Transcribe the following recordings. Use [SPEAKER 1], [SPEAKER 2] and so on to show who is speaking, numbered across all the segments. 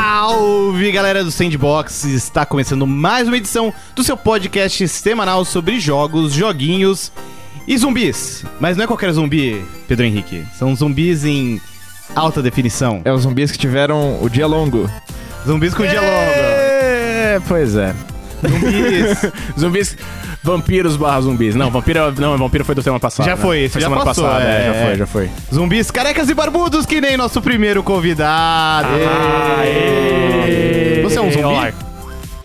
[SPEAKER 1] Salve, galera do Sandbox! Está começando mais uma edição do seu podcast semanal sobre jogos, joguinhos e zumbis. Mas não é qualquer zumbi, Pedro Henrique. São zumbis em alta definição.
[SPEAKER 2] É os zumbis que tiveram o dia longo.
[SPEAKER 1] Zumbis com dia longo.
[SPEAKER 2] É, pois é.
[SPEAKER 1] Zumbis.
[SPEAKER 3] Zumbis. Vampiros barra zumbis. Não, vampiro, não, vampiro foi do semana passada.
[SPEAKER 1] Já
[SPEAKER 3] né?
[SPEAKER 1] foi,
[SPEAKER 3] foi
[SPEAKER 1] já
[SPEAKER 3] semana
[SPEAKER 1] passou,
[SPEAKER 3] passada.
[SPEAKER 1] é.
[SPEAKER 3] É, já foi, já foi.
[SPEAKER 1] zumbis carecas e barbudos, que nem nosso primeiro convidado. Você é um zumbi?
[SPEAKER 3] Olá.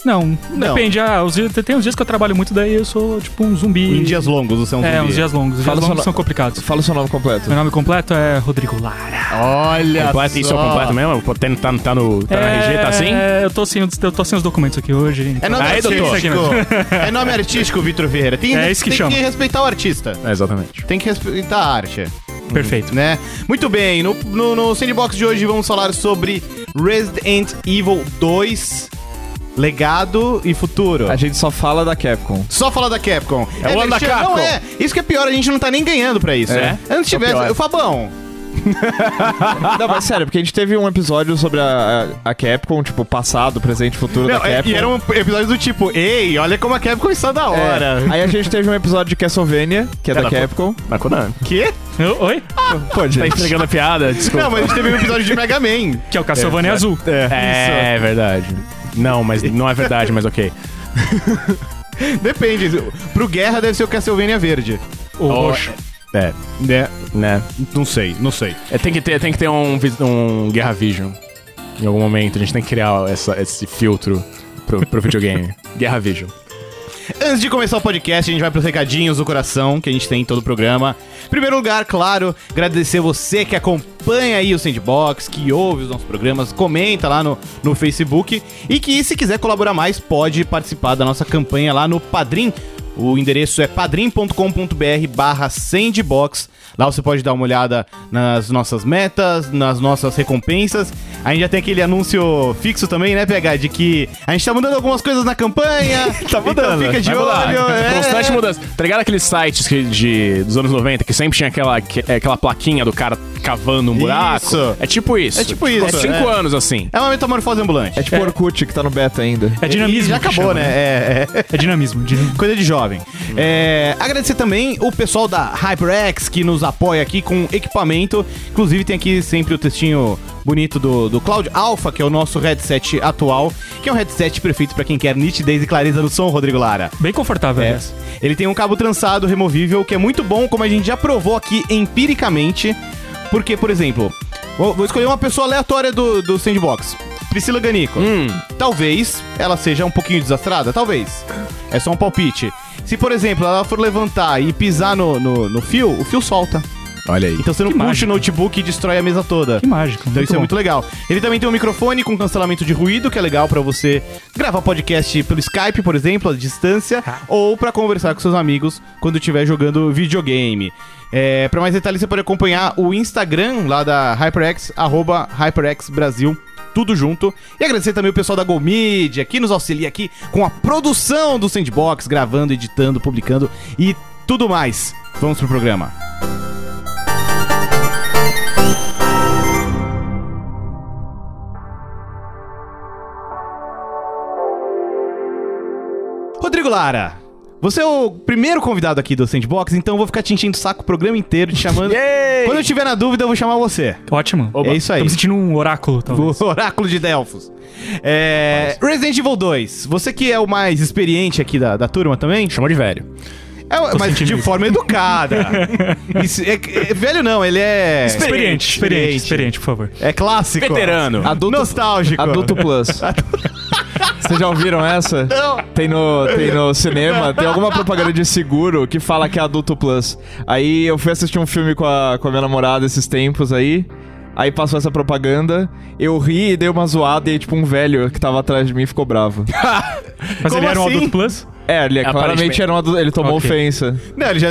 [SPEAKER 4] Não,
[SPEAKER 1] Não.
[SPEAKER 4] depende. Ah, os dias, tem uns dias que eu trabalho muito, daí eu sou tipo um zumbi.
[SPEAKER 1] Em dias longos, você é um zumbi.
[SPEAKER 4] É, uns dias longos. Os
[SPEAKER 2] Fala
[SPEAKER 4] dias
[SPEAKER 2] seu
[SPEAKER 4] longos
[SPEAKER 2] no-
[SPEAKER 4] são complicados.
[SPEAKER 2] Fala o seu nome completo.
[SPEAKER 4] Meu nome completo é Rodrigo Lara.
[SPEAKER 1] Olha
[SPEAKER 3] Completo,
[SPEAKER 1] só.
[SPEAKER 3] isso é o completo mesmo? Pô, Tá, tá, tá no tá na RG, tá assim?
[SPEAKER 4] É, eu tô, sem, os- eu tô sem os documentos aqui hoje.
[SPEAKER 1] É
[SPEAKER 4] então-
[SPEAKER 1] nome
[SPEAKER 3] Aí, doutor.
[SPEAKER 1] artístico. É nome artístico, Vitor Ferreira. Tem,
[SPEAKER 4] É isso que
[SPEAKER 1] tem
[SPEAKER 4] chama.
[SPEAKER 1] que respeitar o artista.
[SPEAKER 3] É, exatamente.
[SPEAKER 1] Tem que respeitar a arte,
[SPEAKER 4] Perfeito.
[SPEAKER 1] né? Muito bem, no, no, no Sandbox de hoje vamos falar sobre Resident Evil 2, legado e futuro.
[SPEAKER 2] A gente só fala da Capcom.
[SPEAKER 1] Só falar da Capcom.
[SPEAKER 3] É o ano da
[SPEAKER 1] mentira, Não
[SPEAKER 3] Capcom.
[SPEAKER 1] é. Isso que é pior, a gente não tá nem ganhando pra isso.
[SPEAKER 3] É?
[SPEAKER 1] Antes tivesse...
[SPEAKER 3] É o pior.
[SPEAKER 1] O Fabão,
[SPEAKER 2] Não, mas sério, porque a gente teve um episódio sobre a, a- a Capcom, tipo, passado, presente, futuro da
[SPEAKER 1] Não, é-
[SPEAKER 2] Capcom.
[SPEAKER 1] e era um episódio do tipo, ei, olha como a Capcom está da
[SPEAKER 2] É.
[SPEAKER 1] hora.
[SPEAKER 2] Aí a gente teve um episódio de Castlevania, que é da
[SPEAKER 3] Era-
[SPEAKER 2] Capcom.
[SPEAKER 3] Na Konami.
[SPEAKER 1] Quê?
[SPEAKER 4] Eu- Oi?
[SPEAKER 2] Pô,
[SPEAKER 3] Tá
[SPEAKER 2] gente.
[SPEAKER 3] entregando a piada? Desculpa.
[SPEAKER 1] Não, mas a gente teve um episódio de Mega Man.
[SPEAKER 4] Que é o Castlevania Azul.
[SPEAKER 3] É, é verdade. Não, mas não é verdade, mas ok.
[SPEAKER 1] Depende. Pro Guerra deve ser o Castlevania Verde.
[SPEAKER 4] O roxo.
[SPEAKER 3] É,
[SPEAKER 1] Né?
[SPEAKER 3] né?
[SPEAKER 1] Não sei, não sei.
[SPEAKER 3] É, tem, que ter, tem que ter um, vis- um Guerra Vision em algum momento. A gente tem que criar essa- esse filtro pro, pro videogame. Guerra Vision.
[SPEAKER 1] Antes de começar o podcast, a gente vai pros recadinhos do coração que a gente tem em todo o programa. Em primeiro lugar, claro, agradecer você que acompanha aí o Sandbox, que ouve os nossos programas, comenta lá no, no Facebook e que se quiser colaborar mais, pode participar da nossa campanha lá no Padrim. O endereço é padrim.com.br barra sandbox. Lá você pode dar uma olhada nas nossas metas, nas nossas recompensas. A gente já tem aquele anúncio fixo também, né, PH? De que a gente tá mudando algumas coisas na campanha.
[SPEAKER 3] Tá mudando.
[SPEAKER 1] Então fica de
[SPEAKER 3] vai
[SPEAKER 1] olho.
[SPEAKER 3] mudar.
[SPEAKER 1] é.
[SPEAKER 3] Constante mudança. Tá ligado aqueles sites que de, dos anos 90 que sempre tinha aquela, que- é, aquela plaquinha do cara cavando um buraco?
[SPEAKER 1] Isso.
[SPEAKER 3] É tipo isso.
[SPEAKER 1] É tipo isso,
[SPEAKER 3] Há cinco
[SPEAKER 1] é.
[SPEAKER 3] anos assim.
[SPEAKER 1] É uma metamorfose ambulante.
[SPEAKER 2] É tipo Orkut, que tá no beta ainda.
[SPEAKER 4] É dinamismo.
[SPEAKER 1] E já
[SPEAKER 4] que
[SPEAKER 1] acabou,
[SPEAKER 4] chama,
[SPEAKER 1] né? É, é.
[SPEAKER 4] É dinamismo. dinamismo.
[SPEAKER 1] Coisa de jovem. É, agradecer também o pessoal da HyperX que nos apoia aqui com equipamento. Inclusive tem aqui sempre o textinho bonito do, do Cloud Alpha, que é o nosso headset atual, que é um headset perfeito pra quem quer nitidez e clareza no som, Rodrigo Lara.
[SPEAKER 4] Bem confortável,
[SPEAKER 1] É.
[SPEAKER 4] aliás.
[SPEAKER 1] Ele tem um cabo trançado removível que é muito bom, como a gente já provou aqui empiricamente. Porque, por exemplo, vou, vou escolher uma pessoa aleatória do, do sandbox. Priscila Ganico. Talvez ela seja um pouquinho desastrada, talvez. É só um palpite. Se, por exemplo, ela for levantar e pisar no, no, no fio, o fio solta.
[SPEAKER 3] Olha aí.
[SPEAKER 1] Então você não
[SPEAKER 4] Que
[SPEAKER 1] puxa
[SPEAKER 4] mágico.
[SPEAKER 1] o notebook e destrói a mesa toda.
[SPEAKER 4] Que mágico.
[SPEAKER 1] Então isso é muito legal. Ele também tem um microfone com cancelamento de ruído, que é legal pra você gravar podcast pelo Skype, por exemplo, à distância, ou pra conversar com seus amigos quando estiver jogando videogame. É, para mais detalhes, você pode acompanhar o Instagram lá da HyperX, arroba HyperX Brasil. Tudo junto. E agradecer também o pessoal da GoMedia, que nos auxilia aqui com a produção do Sandbox, gravando, editando, publicando e tudo mais. Vamos pro programa. Rodrigo Lara, você é o primeiro convidado aqui do Sandbox, então eu vou ficar te enchendo o saco o programa inteiro, te chamando. Quando eu tiver na dúvida, eu vou chamar você.
[SPEAKER 4] Ótimo.
[SPEAKER 1] É isso aí.
[SPEAKER 4] Tô me sentindo um oráculo, talvez.
[SPEAKER 1] O Oráculo de Delfos. É, Resident Evil 2, você que é o mais experiente aqui da, da turma também,
[SPEAKER 3] Chamou de velho.
[SPEAKER 1] é, mas de
[SPEAKER 4] sentindo isso.
[SPEAKER 1] forma educada. Isso é- é velho não, ele é...
[SPEAKER 4] Experiente, experiente, experiente, por favor.
[SPEAKER 1] É clássico.
[SPEAKER 3] Veterano.
[SPEAKER 1] Adulto, nostálgico.
[SPEAKER 2] Adulto Plus. Vocês já ouviram essa?
[SPEAKER 1] Não.
[SPEAKER 2] Tem no, tem no cinema, tem alguma propaganda de seguro que fala que é adulto plus. Aí eu fui assistir um filme com a, com a minha namorada esses tempos aí. Aí passou essa propaganda, eu ri e dei uma zoada e aí, tipo um velho que tava atrás de mim ficou bravo.
[SPEAKER 4] Mas
[SPEAKER 1] Como
[SPEAKER 4] ele era um
[SPEAKER 1] assim?
[SPEAKER 4] adulto plus?
[SPEAKER 2] É, ele é
[SPEAKER 3] Aparentemente.
[SPEAKER 2] claramente era um adulto, ele tomou
[SPEAKER 4] Ok.
[SPEAKER 2] ofensa.
[SPEAKER 1] Não, ele já...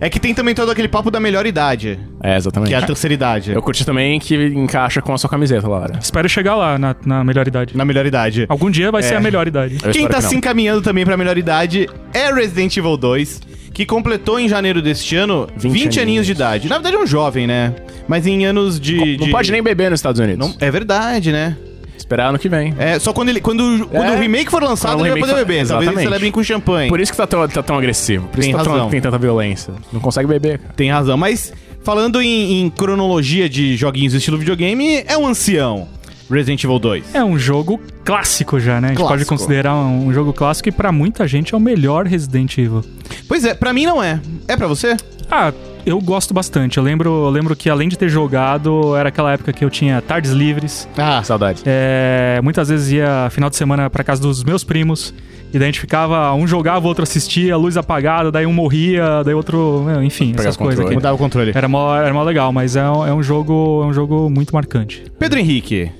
[SPEAKER 1] É que tem também todo aquele papo da melhor idade,
[SPEAKER 3] É, exatamente.
[SPEAKER 1] que é a terceira idade.
[SPEAKER 3] Eu curti também que encaixa com a sua camiseta, Laura.
[SPEAKER 4] Espero chegar lá na, na melhor idade.
[SPEAKER 1] Na É. melhor idade.
[SPEAKER 4] Algum dia vai ser a melhor idade.
[SPEAKER 3] Eu
[SPEAKER 1] Quem
[SPEAKER 3] espero
[SPEAKER 1] tá
[SPEAKER 3] que não.
[SPEAKER 1] se encaminhando também pra melhor idade é Resident Evil 2, que completou em janeiro deste ano 20,
[SPEAKER 3] 20
[SPEAKER 1] aninhos.
[SPEAKER 3] aninhos
[SPEAKER 1] de idade. Na verdade é um jovem, né? Mas em anos de...
[SPEAKER 3] Não
[SPEAKER 1] de-
[SPEAKER 3] pode nem beber nos Estados Unidos.
[SPEAKER 1] Não- é verdade, né?
[SPEAKER 3] Esperar ano que vem.
[SPEAKER 1] É, só quando, ele, quando, quando
[SPEAKER 3] É.
[SPEAKER 1] o remake for lançado,
[SPEAKER 3] Quando o
[SPEAKER 1] ele vai
[SPEAKER 3] remake
[SPEAKER 1] poder
[SPEAKER 3] for-
[SPEAKER 1] beber. Talvez eles
[SPEAKER 3] Exatamente.
[SPEAKER 1] celebrem com champanhe.
[SPEAKER 3] Por isso que tá tão, tá tão agressivo. Por isso
[SPEAKER 1] Tem
[SPEAKER 3] que tá tão,
[SPEAKER 1] razão.
[SPEAKER 3] tem tanta violência. Não consegue beber, cara.
[SPEAKER 1] Tem razão. Mas, falando em, em cronologia de joguinhos estilo videogame, é um ancião. Resident Evil 2.
[SPEAKER 4] É um jogo clássico já, né? A gente pode
[SPEAKER 1] Clássico.
[SPEAKER 4] considerar um jogo clássico e pra muita gente é o melhor Resident Evil.
[SPEAKER 1] Pois é, pra mim não é. É pra você?
[SPEAKER 4] Ah, eu gosto bastante. Eu lembro, eu lembro que além de ter jogado, era aquela época que eu tinha tardes livres.
[SPEAKER 1] Ah,
[SPEAKER 3] Saudade.
[SPEAKER 4] É, muitas vezes ia final de semana pra casa dos meus primos. E daí a gente ficava, um jogava, o outro assistia, a luz apagada, daí um morria, daí outro. meu, Enfim,
[SPEAKER 3] Pegar
[SPEAKER 4] essas
[SPEAKER 3] o
[SPEAKER 4] coisas aqui.
[SPEAKER 3] controle.
[SPEAKER 1] mudava o controle.
[SPEAKER 4] Era mó, era mó legal, mas é, um- é um jogo, é um jogo muito marcante.
[SPEAKER 1] Pedro Henrique,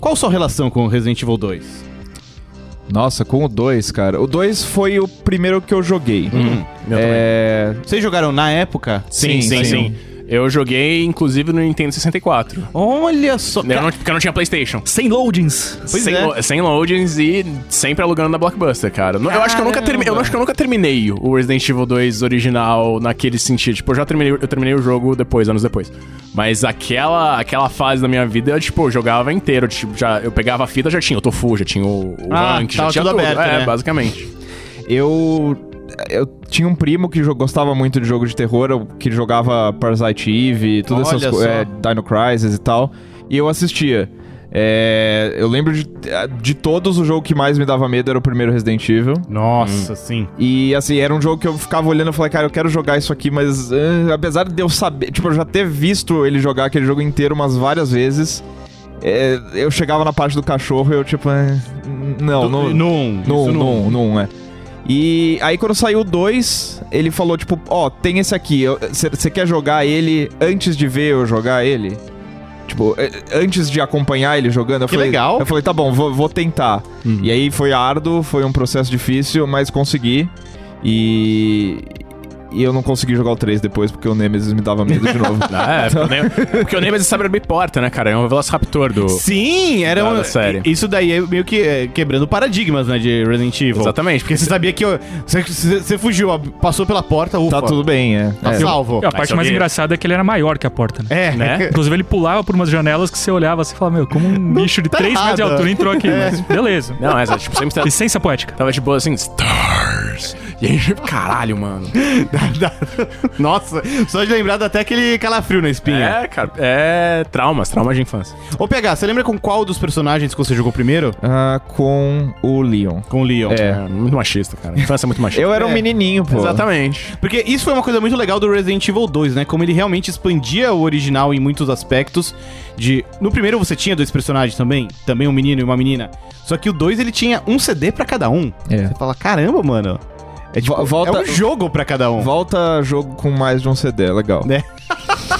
[SPEAKER 1] qual sua relação com Resident Evil 2?
[SPEAKER 2] Nossa, com o 2, cara. O 2 foi o primeiro que eu joguei.
[SPEAKER 3] Meu também.
[SPEAKER 2] É...
[SPEAKER 1] Vocês jogaram na época?
[SPEAKER 3] Sim, sim, sim, Eu joguei, inclusive, no Nintendo 64.
[SPEAKER 1] Olha só.
[SPEAKER 3] Eu não, porque eu não tinha Playstation.
[SPEAKER 4] Sem loadings!
[SPEAKER 1] Pois
[SPEAKER 3] sem,
[SPEAKER 1] é.
[SPEAKER 3] lo- sem loadings e sempre alugando na Blockbuster, cara. Eu acho, que eu, nunca termi- eu acho que eu nunca terminei o Resident Evil 2 original naquele sentido. Tipo, eu já terminei, eu terminei o jogo depois, anos depois. Mas aquela, aquela fase da minha vida, eu, tipo, eu jogava inteiro. Tipo, já, eu pegava a fita, já tinha o Tofu, já tinha o, o
[SPEAKER 1] Ah,
[SPEAKER 3] Rank, já
[SPEAKER 1] tava
[SPEAKER 3] tinha
[SPEAKER 1] tudo
[SPEAKER 3] tudo.
[SPEAKER 1] aberto,
[SPEAKER 3] é,
[SPEAKER 1] né?
[SPEAKER 3] basicamente.
[SPEAKER 2] Eu. Eu tinha um primo que jo- gostava muito de jogo de terror, eu- que jogava Parasite Eve, todas
[SPEAKER 1] Olha
[SPEAKER 2] essas coisas,
[SPEAKER 1] só.
[SPEAKER 2] Dino Crisis e tal, e eu assistia. É, eu lembro de, de todos, o jogo que mais me dava medo era o primeiro Resident Evil.
[SPEAKER 1] Nossa, sim.
[SPEAKER 2] E assim, era um jogo que eu ficava olhando e falei, cara, eu quero jogar isso aqui, mas eh, apesar de eu saber, tipo, eu já ter visto ele jogar aquele jogo inteiro umas várias vezes, eh, eu chegava na parte do cachorro e eu, tipo, eh, não, não,
[SPEAKER 1] Num.
[SPEAKER 2] não,
[SPEAKER 1] isso
[SPEAKER 2] não, não, é. E aí quando saiu o 2, ele falou, tipo, ó, tem esse aqui, você quer jogar ele antes de ver eu jogar ele? Tipo, eh, antes de acompanhar ele jogando, eu
[SPEAKER 1] Que
[SPEAKER 2] falei.
[SPEAKER 1] legal. Uhum.
[SPEAKER 2] Eu falei, tá bom, vou, vou tentar. E aí foi árduo, foi um processo difícil, mas consegui. E. E eu não consegui jogar o 3 depois, porque o Nemesis me dava medo de novo.
[SPEAKER 3] Ah, é, porque o Ne- porque o Nemesis sabe abrir porta, né, cara? É um Velociraptor do...
[SPEAKER 1] Sim, era
[SPEAKER 3] Nada
[SPEAKER 1] uma-
[SPEAKER 3] sério.
[SPEAKER 1] Isso daí é meio que é, quebrando paradigmas, né, de Resident Evil.
[SPEAKER 3] Exatamente, porque
[SPEAKER 1] Porque
[SPEAKER 3] tá-
[SPEAKER 1] você sabia que ó, você, você você fugiu, ó, passou pela porta, ufa,
[SPEAKER 2] tá tudo bem, é.
[SPEAKER 1] tá
[SPEAKER 2] é.
[SPEAKER 1] salvo.
[SPEAKER 4] a parte
[SPEAKER 3] se
[SPEAKER 4] mais
[SPEAKER 3] alguém-
[SPEAKER 4] engraçada é que ele era maior que a porta, né?
[SPEAKER 1] É,
[SPEAKER 3] né?
[SPEAKER 4] Inclusive, ele pulava por umas janelas que você olhava assim e falava, meu, como um bicho de 3 metros de
[SPEAKER 1] errado.
[SPEAKER 4] altura entrou aqui, mas beleza.
[SPEAKER 3] Não, essa, tipo, sempre... tá-
[SPEAKER 4] Licença poética.
[SPEAKER 3] Tava tipo assim, Stars. E aí, caralho, mano.
[SPEAKER 1] Nossa, só de lembrar dá até aquele calafrio na espinha.
[SPEAKER 3] É, cara, é traumas, traumas de infância.
[SPEAKER 1] Ô, PH, você lembra com qual dos personagens que você jogou primeiro?
[SPEAKER 2] Ah, com o Leon.
[SPEAKER 1] Com o Leon.
[SPEAKER 2] É.
[SPEAKER 3] muito machista, cara. Infância é muito machista.
[SPEAKER 2] Eu era um
[SPEAKER 1] É.
[SPEAKER 2] menininho, pô.
[SPEAKER 3] Exatamente.
[SPEAKER 1] Porque isso foi uma coisa muito legal do Resident Evil 2, né? Como ele realmente expandia o original em muitos aspectos. De. No primeiro você tinha dois personagens também, também um menino e uma menina. Só que o 2 ele tinha um CD pra cada um.
[SPEAKER 2] É.
[SPEAKER 1] Você fala, caramba, mano. É tipo,
[SPEAKER 2] Vo- volta-
[SPEAKER 1] é um jogo pra cada um.
[SPEAKER 2] Volta jogo com mais de um CD, legal.
[SPEAKER 1] Né?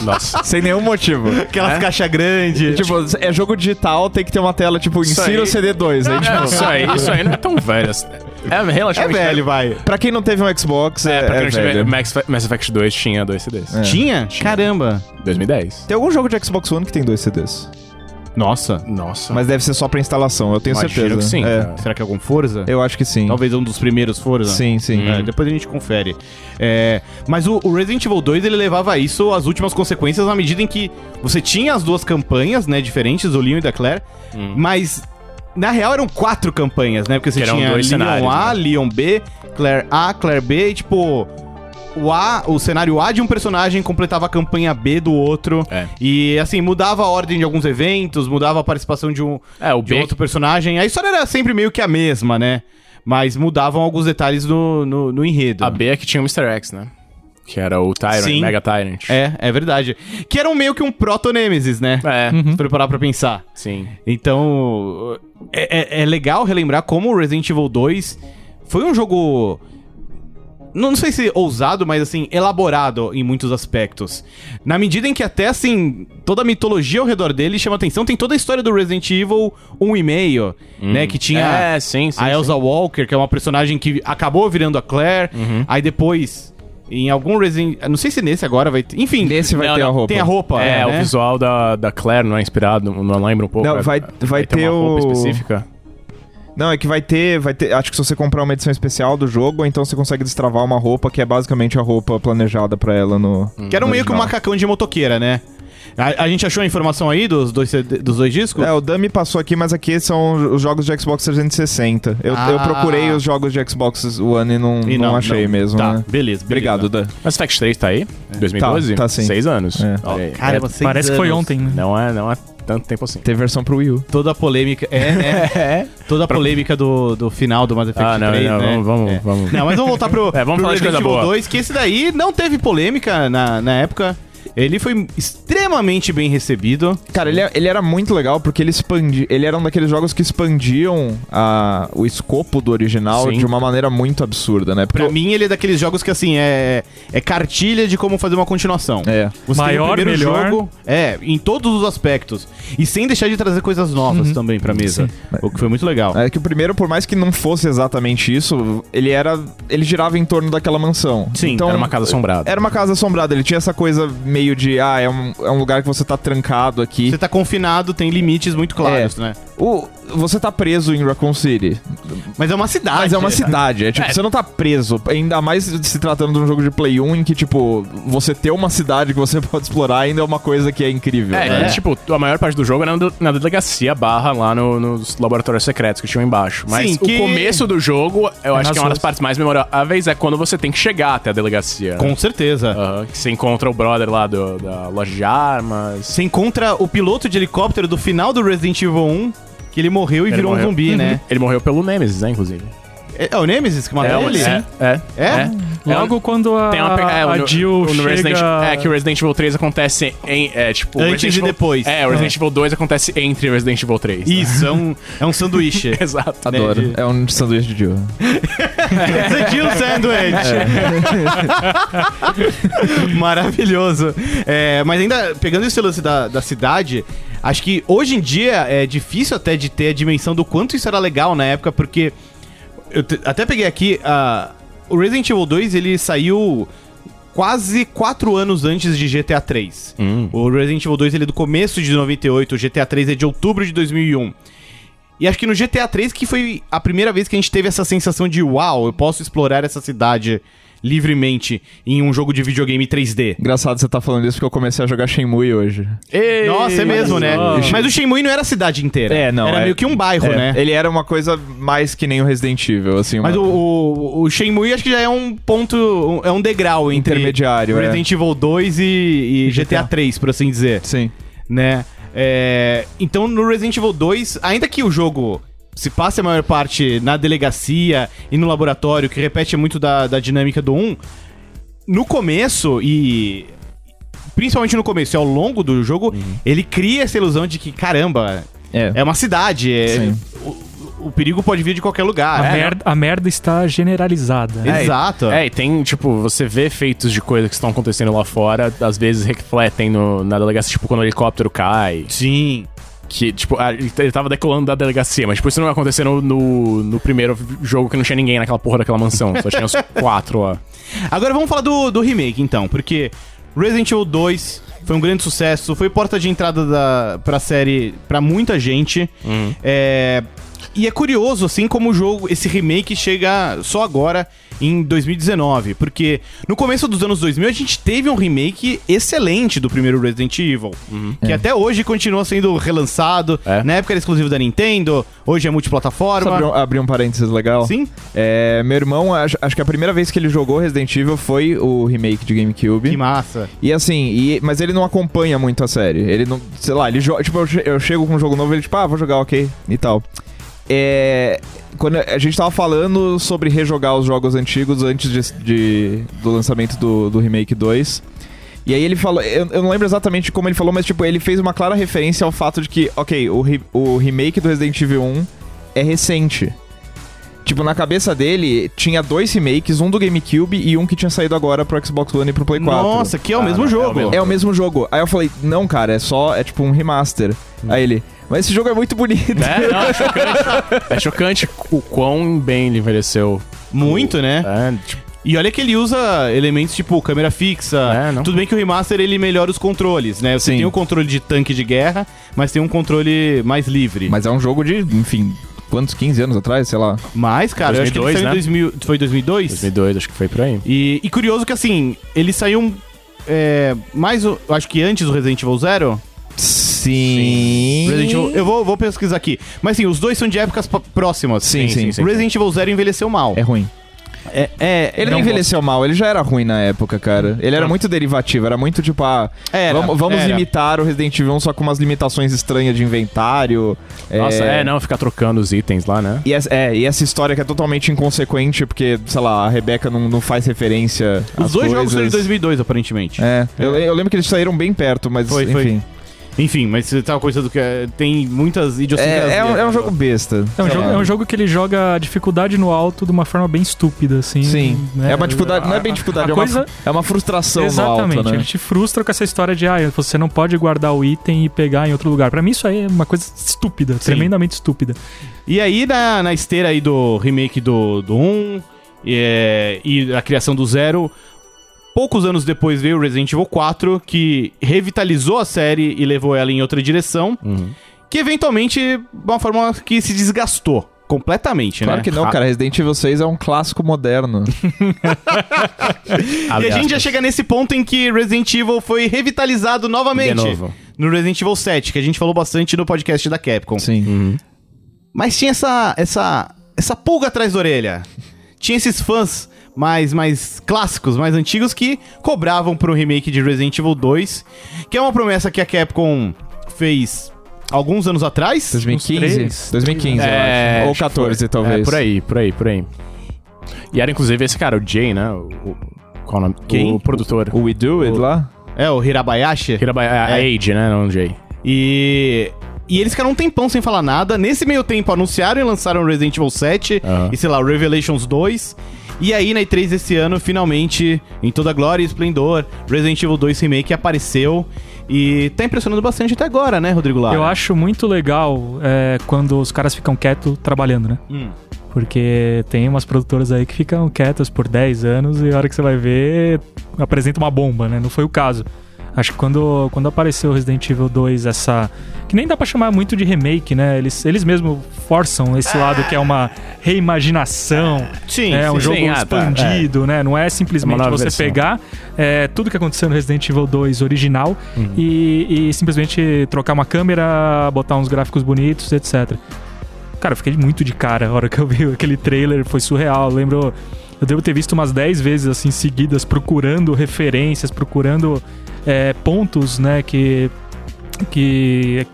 [SPEAKER 3] Nossa.
[SPEAKER 2] Sem nenhum motivo.
[SPEAKER 1] Aquelas
[SPEAKER 3] É?
[SPEAKER 1] caixas grandes.
[SPEAKER 2] tipo, é jogo digital, tem que ter uma tela, tipo,
[SPEAKER 3] Isso
[SPEAKER 2] insira o
[SPEAKER 3] aí-
[SPEAKER 2] CD2, né? Tipo,
[SPEAKER 3] isso, aí, isso aí não é tão velho. assim. É
[SPEAKER 1] é
[SPEAKER 3] relativamente
[SPEAKER 2] né?
[SPEAKER 1] velho, vai.
[SPEAKER 2] pra quem não teve um Xbox,
[SPEAKER 3] É,
[SPEAKER 2] é,
[SPEAKER 3] pra
[SPEAKER 2] é
[SPEAKER 3] quem não tiver,
[SPEAKER 2] velho. É.
[SPEAKER 3] Max, Mass Effect 2 tinha dois CDs.
[SPEAKER 1] Tinha? Caramba.
[SPEAKER 3] 2010.
[SPEAKER 2] Tem algum jogo de Xbox One que tem dois CDs.
[SPEAKER 1] Nossa.
[SPEAKER 3] Nossa.
[SPEAKER 2] Mas deve ser só pra instalação, eu tenho
[SPEAKER 3] Tá. Imagino
[SPEAKER 2] certeza.
[SPEAKER 3] que sim,
[SPEAKER 2] É,
[SPEAKER 3] cara.
[SPEAKER 1] Será que é algum Forza?
[SPEAKER 2] Eu acho que sim.
[SPEAKER 1] Talvez um dos primeiros Forza.
[SPEAKER 2] Sim, sim.
[SPEAKER 3] Hum.
[SPEAKER 1] É, depois a gente confere. É, mas o, o Resident Evil 2 ele levava isso às últimas consequências na medida em que você tinha as duas campanhas, né, diferentes, do Leon e da Claire, mas na real eram quatro campanhas, né? Porque você
[SPEAKER 3] Hum. Que eram
[SPEAKER 1] tinha
[SPEAKER 3] dois
[SPEAKER 1] Leon
[SPEAKER 3] cenários, né?
[SPEAKER 1] A, Leon B, Claire A, Claire B, e tipo. O, A, o cenário A de um personagem completava a campanha B do outro.
[SPEAKER 3] É.
[SPEAKER 1] E assim, mudava a ordem de alguns eventos, mudava a participação de um,
[SPEAKER 3] É, o
[SPEAKER 1] de
[SPEAKER 3] B-
[SPEAKER 1] outro personagem. A história era sempre meio que a mesma, né? Mas mudavam alguns detalhes no, no, no enredo.
[SPEAKER 3] A B é que tinha o Mr. X, né? Que era o Tyrant,
[SPEAKER 1] Sim.
[SPEAKER 3] Mega Tyrant.
[SPEAKER 1] É, é verdade. Que era um meio que um proto-nêmesis, né?
[SPEAKER 3] É,
[SPEAKER 2] Uhum.
[SPEAKER 1] Se preparar pra pensar.
[SPEAKER 3] sim.
[SPEAKER 1] Então, é, é- é legal relembrar como o Resident Evil 2 foi um jogo. Não, não sei se ousado, mas assim, elaborado em muitos aspectos. Na medida em que até assim, toda a mitologia ao redor dele chama atenção, tem toda a história do Resident Evil 1,5, né? Que tinha
[SPEAKER 3] É, sim, sim.
[SPEAKER 1] a
[SPEAKER 3] sim.
[SPEAKER 1] Elsa Walker, que é uma personagem que acabou virando a Claire.
[SPEAKER 2] Uhum.
[SPEAKER 1] Aí depois, em algum Resident. Não sei se nesse agora vai ter. Enfim.
[SPEAKER 2] Nesse vai
[SPEAKER 3] Não,
[SPEAKER 2] ter a
[SPEAKER 3] não,
[SPEAKER 2] roupa.
[SPEAKER 1] Tem a roupa.
[SPEAKER 3] É,
[SPEAKER 1] né?
[SPEAKER 3] o visual da, da Claire não é inspirado, não lembra um pouco.
[SPEAKER 2] Não,
[SPEAKER 3] é-
[SPEAKER 2] vai- vai
[SPEAKER 3] ter,
[SPEAKER 2] ter
[SPEAKER 3] uma roupa
[SPEAKER 2] o-
[SPEAKER 3] específica.
[SPEAKER 2] Não, é que vai ter, vai ter. Acho que se você comprar uma edição especial do jogo, então você consegue destravar uma roupa que é basicamente a roupa planejada pra ela no.
[SPEAKER 3] Hum.
[SPEAKER 1] Que era meio que um
[SPEAKER 2] original.
[SPEAKER 1] macacão de motoqueira, né? A, a gente achou a informação aí dos dois, CD dos dois discos?
[SPEAKER 2] É, o Dami passou aqui, mas aqui são os jogos de Xbox 360. Eu,
[SPEAKER 1] Ah.
[SPEAKER 2] eu procurei os jogos de Xbox One e não,
[SPEAKER 1] E
[SPEAKER 2] não, achei mesmo.
[SPEAKER 1] Tá,
[SPEAKER 2] né?
[SPEAKER 1] beleza, beleza.
[SPEAKER 2] Obrigado, Dan.
[SPEAKER 3] Mas Fact 3 tá aí? 2012?
[SPEAKER 2] tá sim.
[SPEAKER 3] Seis anos.
[SPEAKER 2] É.
[SPEAKER 1] Ó,
[SPEAKER 3] Olha aí.
[SPEAKER 1] caramba, seis
[SPEAKER 4] Parece que foi
[SPEAKER 1] anos.
[SPEAKER 4] ontem, né?
[SPEAKER 3] Não é, não é tanto tempo assim.
[SPEAKER 2] Teve versão pro Wii U.
[SPEAKER 1] Toda a polêmica. É, né?
[SPEAKER 3] É.
[SPEAKER 1] Toda a polêmica do, do final do Mass Effect
[SPEAKER 3] Ah, não,
[SPEAKER 1] 3,
[SPEAKER 3] não,
[SPEAKER 1] né?
[SPEAKER 3] vamos- vamos-
[SPEAKER 1] É.
[SPEAKER 3] vamos.
[SPEAKER 1] Não, mas vamos voltar pro,
[SPEAKER 3] É, vamos
[SPEAKER 1] pro
[SPEAKER 3] falar de coisa
[SPEAKER 1] Resident Evil
[SPEAKER 3] boa.
[SPEAKER 1] 2, que esse daí não teve polêmica na, na época. Ele foi extremamente bem recebido.
[SPEAKER 2] Cara, ele, é, ele era muito legal porque ele expandia. Ele era um daqueles jogos que expandiam a, o escopo do original
[SPEAKER 1] Sim.
[SPEAKER 2] de uma maneira muito absurda, né? Porque
[SPEAKER 1] Pra
[SPEAKER 2] o-
[SPEAKER 1] mim, ele é daqueles jogos que, assim, é, é cartilha de como fazer uma continuação.
[SPEAKER 2] É.
[SPEAKER 1] Você tem o
[SPEAKER 4] Maior,
[SPEAKER 1] primeiro
[SPEAKER 4] melhor.
[SPEAKER 1] jogo, é, em todos os aspectos. E sem deixar de trazer coisas novas também pra mesa. O que foi muito legal.
[SPEAKER 2] É que o primeiro, por mais que não fosse exatamente isso, ele era. Ele girava em torno daquela mansão.
[SPEAKER 1] Sim,
[SPEAKER 2] então,
[SPEAKER 3] Era uma casa assombrada.
[SPEAKER 2] Era uma casa assombrada, ele tinha essa coisa meio de, ah, é um, é um lugar que você tá trancado aqui.
[SPEAKER 1] Você tá confinado, tem limites muito claros, né?
[SPEAKER 2] O- você tá preso em Raccoon City.
[SPEAKER 1] Mas é uma cidade.
[SPEAKER 2] Mas é uma cidade, é tipo, você não tá preso. Ainda mais se tratando de um jogo de Play 1 em que, tipo, você ter uma cidade que você pode explorar ainda é uma coisa que é incrível.
[SPEAKER 3] É,
[SPEAKER 2] né?
[SPEAKER 3] que, tipo, a maior parte do jogo era na- na delegacia barra lá no- nos laboratórios secretos que tinham embaixo. Mas
[SPEAKER 1] Sim,
[SPEAKER 3] o
[SPEAKER 1] que-
[SPEAKER 3] começo do jogo, eu acho
[SPEAKER 4] nas
[SPEAKER 3] que é uma das
[SPEAKER 4] ruas.
[SPEAKER 3] partes mais memoráveis, é quando você tem que chegar até a delegacia.
[SPEAKER 1] Com certeza.
[SPEAKER 3] Aham, que você encontra o brother lá do- da loja de armas.
[SPEAKER 1] Você encontra o piloto de helicóptero do final do Resident Evil 1, que ele morreu e virou
[SPEAKER 3] morreu. Uhum.
[SPEAKER 1] um zumbi, né?
[SPEAKER 3] Ele morreu pelo Nemesis, né, inclusive.
[SPEAKER 1] É, é o Nemesis que matou ele?
[SPEAKER 3] É, é.
[SPEAKER 1] É? Ah,
[SPEAKER 4] Logo quando a,
[SPEAKER 3] Tem uma pega- é, o-
[SPEAKER 4] a
[SPEAKER 3] no-
[SPEAKER 4] Jill
[SPEAKER 3] o- no
[SPEAKER 4] chega...
[SPEAKER 3] Resident, é que o Resident Evil 3 acontece em. É, tipo, o
[SPEAKER 1] Antes
[SPEAKER 3] Resident
[SPEAKER 1] e
[SPEAKER 3] Evil-
[SPEAKER 1] depois.
[SPEAKER 3] É, o Resident Evil 2 acontece entre o Resident Evil 3. né?
[SPEAKER 1] Isso, é um, é um sanduíche.
[SPEAKER 3] Exato.
[SPEAKER 2] Adoro. É um sanduíche de Dio.
[SPEAKER 1] Explodiu o sanduíche. É. Maravilhoso. É, mas ainda, pegando esse lance da, da cidade, acho que hoje em dia é difícil até de ter a dimensão do quanto isso era legal na época, porque eu te- até peguei aqui, ah, o Resident Evil 2, ele saiu quase quatro anos antes de GTA 3. O Resident Evil 2, ele é do começo de 98, o GTA 3 é de outubro de 2001. E acho que no GTA 3 que foi a primeira vez que a gente teve essa sensação de uau, eu posso explorar essa cidade livremente em um jogo de videogame 3D.
[SPEAKER 2] Engraçado você tá falando isso porque eu comecei a jogar Shenmue hoje.
[SPEAKER 3] Ei,
[SPEAKER 1] Nossa, é mesmo, né?
[SPEAKER 4] só.
[SPEAKER 1] Mas o Shenmue não era a cidade inteira.
[SPEAKER 2] É, não,
[SPEAKER 1] Era
[SPEAKER 2] é-
[SPEAKER 1] meio que um bairro,
[SPEAKER 2] É,
[SPEAKER 1] né?
[SPEAKER 2] Ele era uma coisa mais que nem o Resident Evil, assim.
[SPEAKER 1] Mas o,
[SPEAKER 2] uma-
[SPEAKER 1] o, o Shenmue acho que já é um ponto, um- é um degrau entre
[SPEAKER 2] Intermediário, é.
[SPEAKER 1] Resident Evil 2 e, e GTA 3, por assim dizer.
[SPEAKER 2] Sim.
[SPEAKER 1] né? É, então no Resident Evil 2, ainda que o jogo se passe a maior parte na delegacia e no laboratório, que repete muito da, da dinâmica do 1, no começo e. Principalmente no começo e ao longo do jogo, ele cria essa ilusão de que, caramba,
[SPEAKER 2] É.
[SPEAKER 1] é uma cidade, é-
[SPEAKER 2] Sim.
[SPEAKER 1] o, o perigo pode vir de qualquer lugar.
[SPEAKER 4] a,
[SPEAKER 1] É,
[SPEAKER 4] merda, a merda está generalizada. né?
[SPEAKER 1] né? Exato.
[SPEAKER 3] É, e tem, tipo, você vê efeitos de coisas que estão acontecendo lá fora, às vezes refletem no- na delegacia, tipo, quando o helicóptero cai.
[SPEAKER 1] Sim.
[SPEAKER 3] Que, tipo, ah, ele ele tava decolando da delegacia, mas, tipo, isso não aconteceu no, no, no primeiro jogo que não tinha ninguém naquela porra daquela mansão. Só tinha os quatro lá.
[SPEAKER 1] Agora vamos falar do, do remake, então, porque Resident Evil 2 foi um grande sucesso, foi porta de entrada da, pra série pra muita gente.
[SPEAKER 3] Uhum.
[SPEAKER 1] É, e é curioso, assim, como o jogo, esse remake chega só agora, em 2019, porque no começo dos anos 2000 a gente teve um remake excelente do primeiro Resident Evil, que até hoje continua sendo relançado.
[SPEAKER 3] Uhum. É.
[SPEAKER 1] Na época era exclusivo da Nintendo, hoje é
[SPEAKER 2] Posso
[SPEAKER 1] multiplataforma.
[SPEAKER 2] abrir um, abrir um parênteses legal?
[SPEAKER 1] Sim?
[SPEAKER 2] É, meu irmão, acho, acho que a primeira vez que ele jogou Resident Evil foi o remake de GameCube.
[SPEAKER 1] Que massa.
[SPEAKER 2] E assim, e- mas ele não acompanha muito a série. Ele não. Sei lá, ele joga. Tipo, eu, che- eu chego com um jogo novo ele, tipo, ah, vou jogar, ok. E tal. É. Quando a gente tava falando sobre rejogar os jogos antigos antes de- de- do lançamento do, do Remake 2. E aí ele falou, eu, eu não lembro exatamente como ele falou, mas tipo, ele fez uma clara referência ao fato de que, ok, o, re- o remake do Resident Evil 1 é recente. Tipo, na cabeça dele tinha dois remakes, um do GameCube e um que tinha saído agora pro Xbox One e pro Play 4.
[SPEAKER 1] Nossa, que é o
[SPEAKER 3] Ah,
[SPEAKER 1] mesmo
[SPEAKER 3] não, é o
[SPEAKER 1] jogo.
[SPEAKER 3] mesmo.
[SPEAKER 2] É o mesmo jogo. Aí eu falei, não, cara, é só, é tipo um remaster. Aí ele, mas esse jogo é muito bonito.
[SPEAKER 3] É, não, é chocante. É chocante o quão bem ele envelheceu.
[SPEAKER 1] Muito, né?
[SPEAKER 3] É, tipo,
[SPEAKER 1] E olha que ele usa elementos tipo câmera fixa.
[SPEAKER 3] É, não.
[SPEAKER 1] Tudo bem que o remaster ele melhora os controles, né? Você
[SPEAKER 2] Sim.
[SPEAKER 1] tem o controle de tanque de guerra, mas tem um controle mais livre. Mas,
[SPEAKER 2] Mas é um jogo de, enfim, quantos, 15 anos atrás, sei lá.
[SPEAKER 1] cara, eu
[SPEAKER 3] 2002,
[SPEAKER 1] acho que ele saiu
[SPEAKER 3] né?
[SPEAKER 1] em 2000, foi 2002?
[SPEAKER 3] 2002, acho que foi por aí.
[SPEAKER 1] E, e curioso que assim, ele saiu um é, mais o, eu acho que antes do Resident Evil Zero.
[SPEAKER 2] Sim.
[SPEAKER 1] Resident Evil, eu vou, vou pesquisar aqui. Mas sim, os dois são de épocas p- próximas.
[SPEAKER 2] Sim, sim, sim.
[SPEAKER 1] Resident Evil Zero envelheceu mal.
[SPEAKER 2] É ruim.
[SPEAKER 1] É, é-
[SPEAKER 2] Ele
[SPEAKER 1] não Ah.
[SPEAKER 2] não envelheceu mal, ele já era ruim na época, cara. Ele era muito derivativo, era muito tipo, ah,
[SPEAKER 1] Era,
[SPEAKER 2] vamos, vamos
[SPEAKER 1] era.
[SPEAKER 2] imitar o Resident Evil 1 só com umas limitações estranhas de inventário.
[SPEAKER 3] Nossa, é, não, ficar trocando os itens lá, né?
[SPEAKER 2] E essa, é, e essa história que é totalmente inconsequente, porque, sei lá, a Rebeca não, não faz referência.
[SPEAKER 1] Os
[SPEAKER 2] às
[SPEAKER 1] dois jogos são de
[SPEAKER 2] coisas.
[SPEAKER 1] 2002, aparentemente.
[SPEAKER 2] É, eu, eu lembro que eles saíram bem perto, mas
[SPEAKER 1] Foi, foi.
[SPEAKER 2] enfim.
[SPEAKER 1] Enfim, mas você tava coisa do que é- tem muitas idiosincrasias.
[SPEAKER 2] É, é um, é um jogo besta.
[SPEAKER 4] É um,
[SPEAKER 2] sei
[SPEAKER 4] jogo,
[SPEAKER 2] lá.
[SPEAKER 4] é um jogo que ele joga a dificuldade no alto de uma forma bem estúpida, assim.
[SPEAKER 2] Sim.
[SPEAKER 4] né?
[SPEAKER 2] É uma dificuldade, não é bem dificuldade,
[SPEAKER 4] a
[SPEAKER 2] é uma,
[SPEAKER 4] coisa-
[SPEAKER 2] é uma frustração
[SPEAKER 4] Exatamente.
[SPEAKER 2] no alto, né?
[SPEAKER 4] Ele te frustra com essa história de, ah, você não pode guardar o item e pegar em outro lugar. Pra mim, isso aí é uma coisa estúpida, tremendamente estúpida.
[SPEAKER 1] E aí, na, na esteira aí do remake do, do 1 é, e a criação do Zero, poucos anos depois veio o Resident Evil 4, que revitalizou a série e levou ela em outra direção,
[SPEAKER 2] Uhum.
[SPEAKER 1] que eventualmente, de uma forma que se desgastou completamente,
[SPEAKER 2] Claro
[SPEAKER 1] né?
[SPEAKER 2] que não, cara. Resident Evil 6 é um clássico moderno.
[SPEAKER 1] E a gente já chega nesse ponto em que Resident Evil foi revitalizado novamente.
[SPEAKER 3] De novo.
[SPEAKER 1] No Resident Evil 7, que a gente falou bastante no podcast da Capcom.
[SPEAKER 2] Sim.
[SPEAKER 1] Mas tinha essa, essa, essa pulga atrás da orelha. Tinha esses fãs mais, mais clássicos, mais antigos, que cobravam pro remake de Resident Evil 2, que é uma promessa que a Capcom fez alguns anos atrás.
[SPEAKER 2] 2015?
[SPEAKER 4] três?
[SPEAKER 2] 2015,
[SPEAKER 3] É,
[SPEAKER 2] eu acho. Ou
[SPEAKER 3] acho que
[SPEAKER 2] 14,
[SPEAKER 3] foi.
[SPEAKER 2] talvez.
[SPEAKER 3] É, por aí, por aí, por aí. E era inclusive esse cara, o Jay, né? O, o- qual o nome?
[SPEAKER 1] Quem?
[SPEAKER 3] O produtor.
[SPEAKER 2] O We Do It lá?
[SPEAKER 1] É, o Hirabayashi.
[SPEAKER 3] Hiraba- a
[SPEAKER 1] É.
[SPEAKER 3] Age, né? Não o Jay.
[SPEAKER 1] E. E eles ficaram um tempão sem falar nada. Nesse meio tempo, anunciaram e lançaram Resident Evil 7
[SPEAKER 3] Aham.
[SPEAKER 1] e, sei lá, Revelations 2. E aí, na E3 desse ano, finalmente, em toda a glória e esplendor, Resident Evil 2 Remake apareceu. E tá impressionando bastante até agora, né, Rodrigo Lara?
[SPEAKER 4] Eu acho muito legal é, quando os caras ficam quietos trabalhando, né?
[SPEAKER 1] Hum.
[SPEAKER 4] Porque tem umas produtoras aí que ficam quietas por 10 anos e a hora que você vai ver, apresenta uma bomba, né? Não foi o caso. Acho que quando, quando apareceu Resident Evil 2, essa. Que nem dá pra chamar muito de remake, né? Eles, eles mesmo forçam esse lado que é uma reimaginação.
[SPEAKER 1] Sim,
[SPEAKER 4] é um
[SPEAKER 1] sim.
[SPEAKER 4] jogo
[SPEAKER 3] sim, ah, tá,
[SPEAKER 4] expandido, né? Não é simplesmente
[SPEAKER 3] É uma nova
[SPEAKER 4] você
[SPEAKER 3] versão.
[SPEAKER 4] pegar é, tudo que aconteceu no Resident Evil 2 original
[SPEAKER 3] Uhum.
[SPEAKER 4] e, e simplesmente trocar uma câmera, botar uns gráficos bonitos, etc. Cara, eu fiquei muito de cara a hora que eu vi aquele trailer, foi surreal. Eu lembro. Eu devo ter visto umas 10 vezes assim seguidas, procurando referências, procurando é, pontos, né, que. que